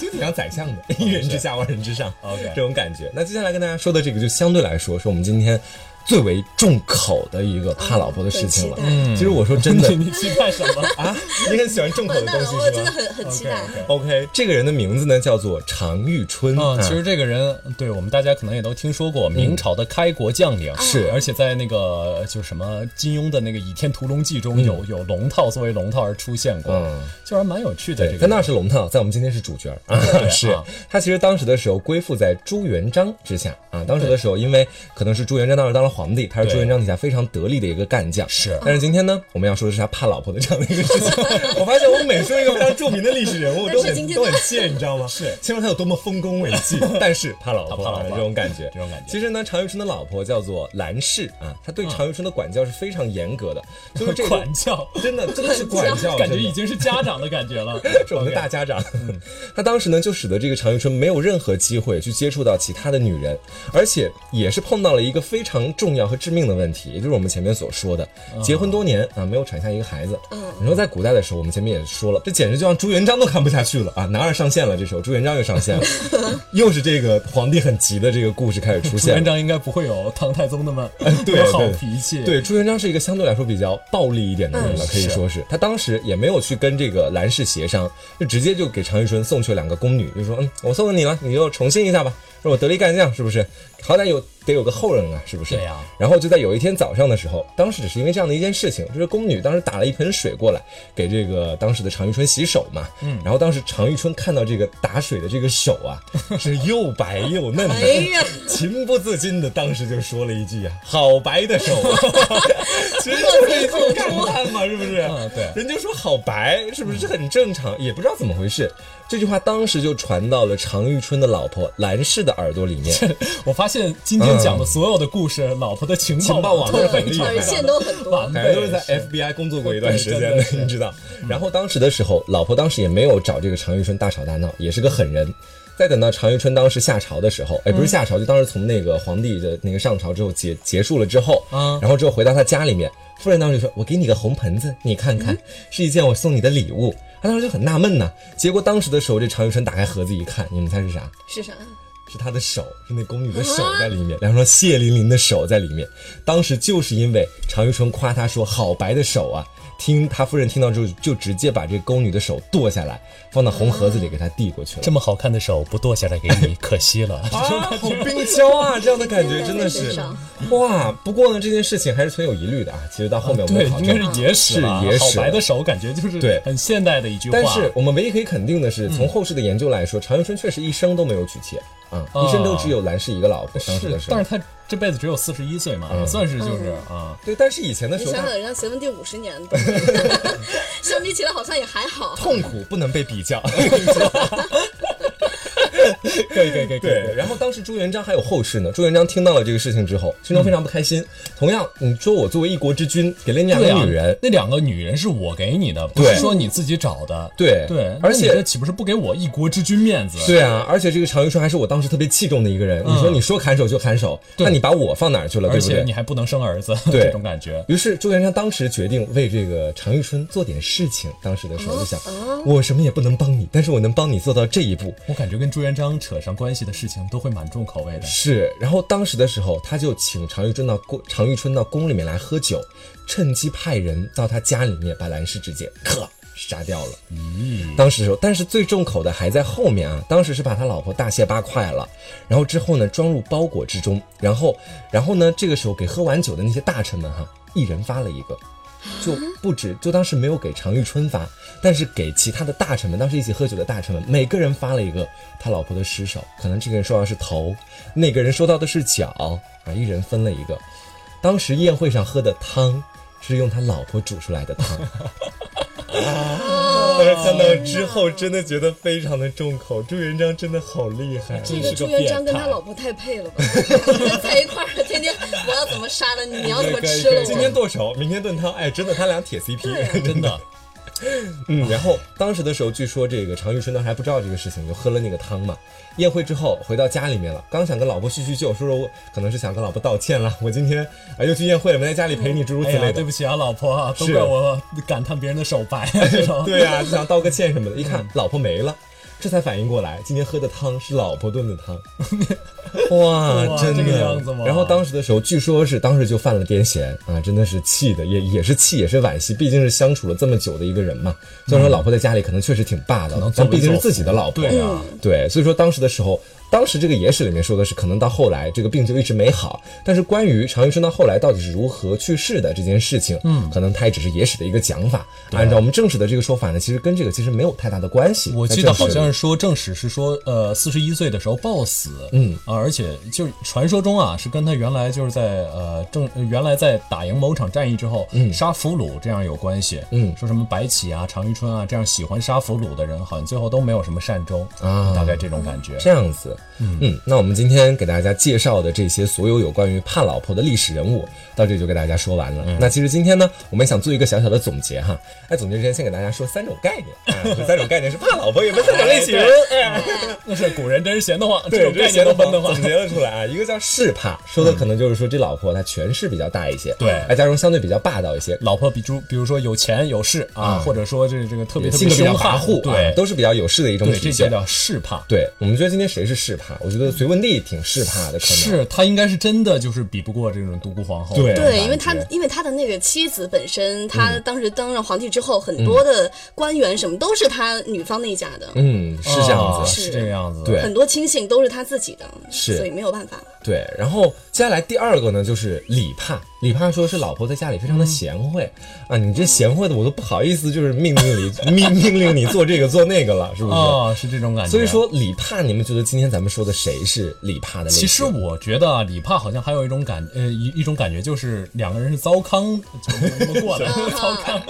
S2: 就挺像宰相的，一人之下万人之上
S1: OK
S2: 这种感觉。那接下来跟大家说的这个，就相对来说是我们今天最为重口的一个怕老婆的事情了
S3: 嗯很。
S2: 其
S3: 期
S2: 实我说真的
S1: 你你期待什么？
S2: 啊，你很喜欢重口
S3: 完
S2: 嗯的
S3: 蛋
S2: 东西
S3: 了，哦我
S2: 是
S3: 真的
S2: 吧
S3: 很很期待。
S2: ？OK，这个人的名字呢叫做常遇春
S1: 啊、
S2: 啊
S1: 其实这个人，对我们大家可能也都听说过，明朝的开国将领、
S2: 是
S1: 而且在那个就是什么金庸的那个《倚天屠龙记》中有、有龙套作为龙套而出现过，
S2: 嗯
S1: 就还蛮有趣的这
S2: 对，
S1: 个。
S2: 他那是龙套，在我们今天是主角儿 啊。是他其实当时的时候归附在朱元璋之下啊。当时的时候，因为可能是朱元璋当时当了皇帝，他是
S1: 对
S2: 朱元璋底下非常得力的一个干将。
S1: 是啊
S2: 但是今天呢，我们要说的是他怕老婆的这样的一个事情。 我发现我每说一个非常著名的历史人物，
S3: 但
S2: 都
S3: 是
S2: 很
S3: 今天
S2: 都很贱，你知道吗？是，先说他有多么丰功伟 绩，但是怕老婆，
S1: 他怕老
S2: 啊
S1: 婆
S2: 这种感觉，
S1: 这种感觉
S2: 其实呢，常遇春的老婆叫做兰氏啊，她对常遇春的管教是非常严格的，就是这个
S1: 管。 教，
S2: 真的，真的是管教，
S1: 感觉
S2: 真的
S1: 已经是家长的感觉 了。
S2: 是我们的
S1: OK
S2: 大家长。
S1: 嗯
S2: 他当时呢，就使得这个常遇春没有任何机会去接触到其他的女人，而且也是碰到了一个非常重要和致命的问题，也就是我们前面所说的，
S1: 嗯
S2: 结婚多年啊，没有产下一个孩子。你说在古代的时候，我们前面也说了，这简直就让朱元璋都看不下去了啊！男二上线了，这时候朱元璋又上线了，又是这个皇帝很急的这个故事开始出
S1: 朱
S2: 现
S1: 元
S2: 了。
S1: 璋应该不会有唐太宗那 么
S2: 对
S1: 有好
S2: 对
S1: 脾气。
S2: 对，朱元璋是一个相对来说比较暴力一点的人了，可以说嗯是。他当时也没有去跟这个兰氏协商，就直接就给常遇春送去了两个宫女，就说：“嗯，我送给你了，你就宠幸一下吧。”说我得了一干将，是不是？好歹有得有个后人啊，是不是？
S1: 对呀
S2: 然后就在有一天早上的时候，当时只是因为这样的一件事情，就是宫女当时打了一盆水过来，给这个当时的常遇春洗手嘛。嗯。然后当时常遇春看到这个打水的这个手 啊，是又白又嫩
S3: 哎
S2: 的，
S3: 呀，
S2: 情不自禁的，当时就说了一句啊：“好白的 手。”其实就是一句感叹嘛，是不是？
S3: 啊
S1: 嗯对
S2: 人家说好白，是不是？这很正常，也不知道怎么回事。这句话当时就传到了常遇春的老婆兰氏的耳朵里面。
S1: 我发现今天讲的所有的故事，老婆的嗯情
S2: 情报
S1: 报网
S2: 网
S3: 啊
S1: 都
S2: 都
S1: 是
S2: 是很
S1: 很
S2: 厉
S1: 厉
S2: 害
S1: 害
S2: 的
S3: 而线都很多
S1: 完。
S2: 感觉都是在
S1: 哎
S2: FBI 工作过一段时间的
S1: 啊 对真的，是
S2: 你知道。然后当时的时候，老婆当时也没有找这个常遇春大吵大闹，也是个狠人。再等到常遇春当时下朝的时候，
S1: 嗯
S2: 哎，不是下朝，就当时从那个皇帝的那个上朝之后结结束了之后，
S1: 啊
S2: 然后之后回到他家里面，夫人当时就说：“我给你个红盆子，你看
S1: 嗯
S2: 看，是一件我送你的礼物。”他当时就很纳闷呢、结果当时的时候，这常遇春打开盒子一看，你们猜是啥？
S3: 是啥？
S2: 是他的手，是那宫女的手在里面，然后说血淋淋的手在里面。当时就是因为常遇春夸他说好白的手啊，听他夫人听到之后就直接把这宫女的手剁下来，放到红盒子里给他递过去了。
S1: 这么好看的手不剁下来给你，可惜 了。
S2: 啊，好冰娇啊！这样的感觉真的
S3: 真的
S2: 是
S3: 是，
S2: 哇！不过呢，这件事情还是存有疑虑的啊。其实到后面我们
S1: 对，
S2: 考
S1: 应
S2: 证
S1: 该，是野史吧
S2: 是野史
S1: 好白的手，感觉就是
S2: 对
S1: 很现代的一句话。
S2: 但是我们唯一可以肯定的是，从后世的研究来说，常遇春确实一生都没有娶妾啊，
S1: 哦
S2: 一生都只有兰氏一个老婆。当时的
S1: 是，
S2: 时候
S1: 但是，他这辈子只有四十一岁嘛，也算是就是啊。
S2: 对，但是以前的
S3: 你
S2: 时候，
S3: 想
S2: 他
S3: 想，人家隋文帝五十年， 相比起来好像也还好。
S2: 痛苦不能被比 较。
S1: 可以可以可以可以
S2: 对，然后当时朱元璋还有后世呢。朱元璋听到了这个事情之后，心中非常不开心。同样，你说我作为一国之君，给了你两
S1: 对
S2: 个
S1: 啊
S2: 女人，
S1: 那两个女人是我给你的，不
S2: 对
S1: 是说你自己找的。
S2: 对
S1: 对，那
S2: 而
S1: 你
S2: 且
S1: 这岂不是不给我一国之君面子？
S2: 对啊，而且这个常遇春还是我当时特别器重的一个人。你说你说砍手就砍手，那你把我放哪儿去了，
S1: 而
S2: 对不
S1: 且
S2: 对
S1: 你？还不能生儿子，
S2: 对
S1: 这种感觉。
S2: 于是朱元璋当时决定为这个常遇春做点事情。当时的时候就想，我什么也不能帮你，但是我能帮你做到这一步。
S1: 我感觉跟朱元璋扯上关系的事情都会蛮重口味的。
S2: 是，然后当时的时候，他就请常遇春到宫，常遇春到宫里面来喝酒，趁机派人到他家里面把蓝氏直接咔杀掉了。当时的时候，但是最重口的还在后面啊。当时是把他老婆大卸八块了，然后之后呢装入包裹之中，然后，然后呢这个时候给喝完酒的那些大臣们哈、一人发了一个。就不止，就当时没有给常遇春发，但是给其他的大臣们，当时一起喝酒的大臣们，每个人发了一个他老婆的尸首，可能这个人收到的是头，那个人收到的是脚，啊，一人分了一个。当时宴会上喝的汤是用他老婆煮出来的汤， 当时看到之后真的觉得非常的重口，朱元璋真的好厉害
S3: 这
S1: 真
S3: 个
S1: 是个
S3: 朱元璋跟
S1: 变态
S3: 他老婆太配了吧？在一块儿，天天我要怎么杀了你，你要怎么吃 了
S2: 今天
S3: 我？
S2: 剁手，明天炖汤，哎，真的他俩铁 CP，
S1: 真的，
S2: 嗯，然后当时的时候，据说这个常遇春当时还不知道这个事情，就喝了那个汤嘛。宴会之后回到家里面了，刚想跟老婆叙叙旧，说说我可能是想跟老婆道歉了，我今天啊又去宴会了，没在家里陪你，诸如此
S1: 哎
S2: 类
S1: 呀，
S2: 的
S1: 对。不起啊，老婆啊，都
S2: 是
S1: 怪我感叹别人的手白 啊，这种。
S2: 对 呀、就想道个歉什么的。一
S1: 嗯
S2: 看老婆没了，这才反应过来，今天喝的汤是老婆炖的 汤。哇，
S1: 哇
S2: 真的、
S1: 这个样子吗
S2: 然后当时的时候，据说是当时就犯了癫痫啊，真的是气的，也也是气，也是惋惜，毕竟是相处了这么久的一个人嘛。虽然说老婆在家里可能确实挺霸道，
S1: 嗯能作
S2: 但
S1: 威
S2: 毕竟是
S1: 作福
S2: 自己的老婆。嗯
S1: 对啊，
S2: 对，所以说当时的时候，当时这个野史里面说的是，可能到后来这个病就一直没好。但是关于常遇春到后来到底是如何去世的这件事情，嗯，可能它也只是野史的一个讲法。按照我们正史的这个说法呢，其实跟这个其实没有太大的关系。
S1: 我记得好像
S2: 是
S1: 是说正史是说，呃，四十一岁的时候暴死，嗯啊，而且就是传说中啊，是跟他原来就是在呃正呃原来在打赢某场战役之后，嗯，杀俘虏这样有关系，嗯，说什么白起啊、常遇春啊这样喜欢杀俘虏的人，好像最后都没有什么善终
S2: 啊
S1: 大概这种感觉。
S2: 这样子。嗯，那我们今天给大家介绍的这些所有有关于怕老婆的历史人物，到这里就给大家说完了。
S1: 嗯
S2: 那其实今天呢，我们也想做一个小小的总结哈。哎，总结之前先给大家说三种概念，啊， 这三种概念是怕老婆有没有三种类型？哎
S1: 那是古人真是闲得慌， 这
S2: 对，
S1: 种概念都
S2: 分
S1: 分得慌
S2: 总。结了出来啊，一个叫势怕，说的可能就是说这老婆她权势比较大一些，
S1: 对
S2: 哎，加上相对比较霸道一些，
S1: 老婆比如比如说有钱有势啊，或者说这这个特别特
S2: 性
S1: 别
S2: 格比较
S1: 凶
S2: 跋
S1: 悍，
S2: 扈，啊
S1: 对，
S2: 都是比较有势的一种
S1: 对，
S2: 体
S1: 这就
S2: 现。
S1: 叫势怕。
S2: 对，我们觉得今天谁是势势怕，我觉得隋文帝挺势怕的，可能
S1: 是他应该是真的就是比不过这种独孤皇后。
S2: 对
S3: 对，因为他
S1: 感觉嗯
S3: 因为他的那个妻子本身，他当时登上皇帝之后，很多的官员什么都是他女方那一家的，
S2: 嗯是这样
S1: 啊
S2: 子，
S1: 是这个样子。
S2: 对
S3: 很多亲信都是他自己的，
S2: 是
S3: 所以没有办法。
S2: 对。然后接下来第二个呢，就是李怕，李怕说是老婆在家里非常的贤惠、啊，你这贤惠的我都不好意思，就是命令 你命命令你做这个做那个了，是不是？
S1: 啊，是这种感觉。
S2: 所以说李怕，你们觉得今天咱们说的谁是李怕的类型？
S1: 其实我觉得啊，李帕好像还有一种感，呃，一一种感觉就是两个人是糟糠怎么过来 糟糠。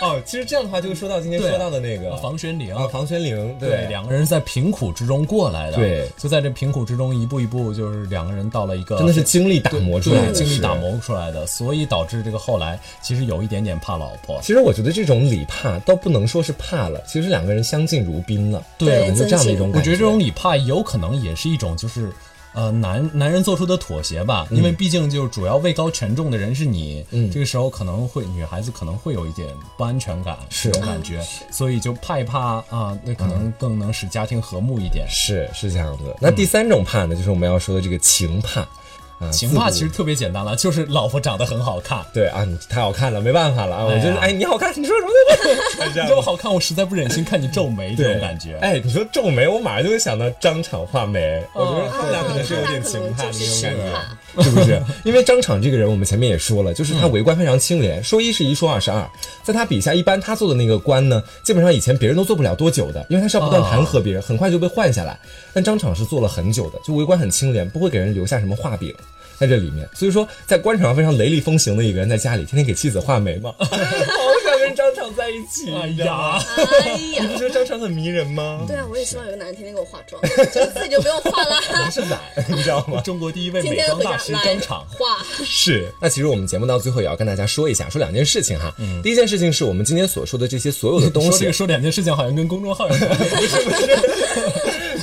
S2: 哦，其实这样的话就会说到今天
S1: 对啊
S2: 说到的那个
S1: 房玄龄
S2: 啊，房玄龄，
S1: 对，两个人是在贫苦之中过来的，
S2: 对
S1: 就在这贫苦之中一步一步，就是两个人到了一个
S2: 真的是经历打磨出来
S1: 对
S2: 的，
S1: 经历打
S2: 是。
S1: 磨出来的，所以导致这个后来其实有一点点怕老婆。
S2: 其实我觉得这种李怕倒不能说是怕了，其实两个人相敬如宾了，
S1: 对
S2: 我就这样的一种
S1: 我
S2: 感
S1: 觉得这种理怕有可能也是一种就是。呃，男男人做出的妥协吧，
S2: 嗯
S1: 因为毕竟就主要位高权重的人是你，这个时候可能会女孩子可能会有一点不安全感，
S2: 是嗯
S1: 这种感觉，所以就怕一怕啊，那可能更能使家庭和睦一点。
S2: 是是这样子。
S1: 嗯
S2: 那第三种怕呢，就是我们要说的这个情怕啊，
S1: 情怕
S2: 自
S1: 其
S2: 古
S1: 实特别简单了，就是老婆长得很好看，
S2: 对啊，你太好看了，没办法了啊，我
S1: 哎呀
S2: 就是哎你好看，你说什么 对吧？是这
S1: 你
S2: 样
S1: 这么
S2: 子
S1: 好看，我实在不忍心看你皱眉这种感觉。
S2: 哎，你说皱眉，我马上就会想到张昶画眉，我觉得
S1: 哦
S2: 他们俩可能是有点情
S3: 啊他
S2: 怕的那
S3: 俩可
S2: 种
S3: 能就是
S2: 感
S3: 情
S2: 觉， 是不是？因为张昶这个人，我们前面也说了，就是他为官非常清廉，说一是一，说二是二。在他笔下，一般他做的那个官呢，基本上以前别人都做不了多久的，因为他是要不断弹劾别人，很快就被换下来。但张昶是做了很久的，就为官很清廉，不会给人留下什么画饼。在这里面，所以说在官场上非常雷厉风行的一个人，在家里天天给妻子画眉 嘛，好想跟张昶在一起。
S1: 哎
S2: 你知道吗
S1: 呀，，
S3: 哎
S2: 你
S3: 呀
S2: 不，觉得张昶很迷人吗？
S3: 对啊，我也希望有个男人天天给我化妆，就自己就不用化了，
S2: 是奶，你知道吗？
S1: 中国第一位
S3: 天
S1: 美
S3: 天
S1: 妆
S3: 回
S1: 大
S3: 家
S1: 师
S3: 来
S1: 张昶。
S3: 化。
S2: 是。那其实我们节目到最后也要跟大家说一下，说两件事情哈。第一件事情是我们今天所说的这些所有的东
S1: 说这
S2: 西
S1: 个，说两件事情好像跟公众号有关系。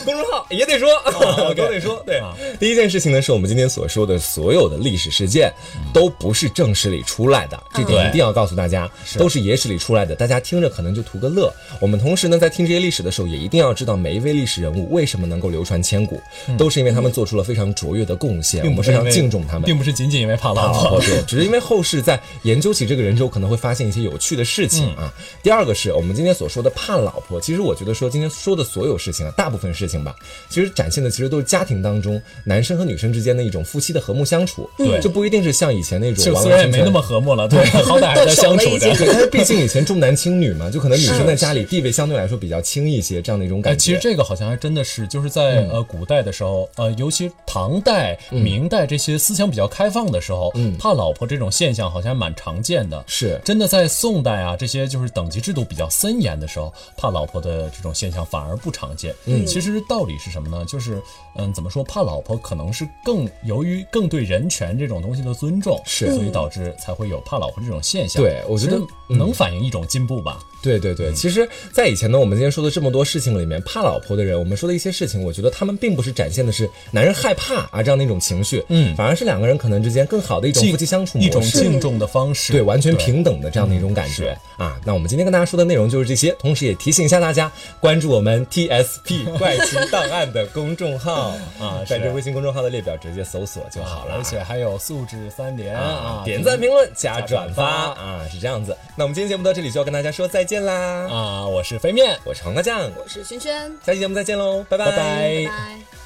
S2: 公众号也得说， 都得说。对
S1: 啊，
S2: 第一件事情呢，是我们今天所说的所有的历史事件，都不是正史里出来的，这点
S1: 对
S2: 一定要告诉大家，都是野史里出来的。大家听着可能就图个乐。我们同时呢，在听这些历史的时候，也一定要知道每一位历史人物为什么能够流传千古，都是因为他们做出了非常卓越的贡献，我
S1: 并不
S2: 们
S1: 是
S2: 非
S1: 因
S2: 常
S1: 为
S2: 敬重他们，
S1: 并不是仅仅因为怕老
S2: 啊，
S1: 婆。
S2: 好对，只是因为后世在研究起这个人之后，可能会发现一些有趣的事情啊。
S1: 嗯
S2: 第二个是我们今天所说的怕老婆，其实我觉得说今天说的所有事情啊，大部分事情吧，其实展现的其实都是家庭当中男生和女生之间的一种夫妻的和睦相处，
S1: 对
S2: 就不一定是像以前那种
S1: 就
S2: 完
S1: 虽
S2: 完
S1: 然也
S2: 全
S1: 没
S2: 全
S1: 那么。和睦了，对，好歹还在 相处
S3: 都熟了
S1: 着。
S3: 已
S2: 对，但是毕竟以前重男轻女嘛，就可能女生在家里地位相对来说比较轻一些，这样的一种
S1: 哎，
S2: 感觉。嗯
S1: 其实这个好像还真的是，就是在、呃古代的时候，呃，尤其唐代、明代这些思想比较开放的时候，
S2: 嗯
S1: 怕老婆这种现象好像还蛮常见的。
S2: 是
S1: 真的在宋代啊，这些就是等级制度比较森严的时候，怕老婆的这种现象反而不常见。嗯，其实道理是什么呢？就是嗯，怎么说，怕老婆可能是更由于更对人权这种东西的尊重，
S2: 是
S1: 所以导致才会有怕老婆这种现象。
S2: 对我觉得嗯
S1: 其实能反映一种进步吧。
S2: 对对对，其实，在以前呢，我们今天说的这么多事情里面，怕老婆的人，我们说的一些事情，我觉得他们并不是展现的是男人害怕啊这样的一种情绪，嗯，反而是两个人可能之间更好的一种
S1: 敬
S2: 夫妻相处模式，
S1: 一种敬重的方式，
S2: 对，完全平等的这样的一种感觉、啊。那我们今天跟大家说的内容就是这些，同时也提醒一下大家关注我们 TSP 怪奇档案的公众号
S1: 啊是
S2: 在这微信公众号的列表直接搜索就好了。
S1: 而且还有素质三连啊，，
S2: 啊点赞、评论、加
S1: 加转
S2: 转发
S1: 发
S2: 啊，是这样子。那我们今天节目到这里就要跟大家说再见啦。
S1: 啊！我是飞面，
S2: 我是黄瓜酱，
S3: 我是萱萱，
S2: 下期节目再见喽，拜
S1: 拜拜
S3: 拜拜。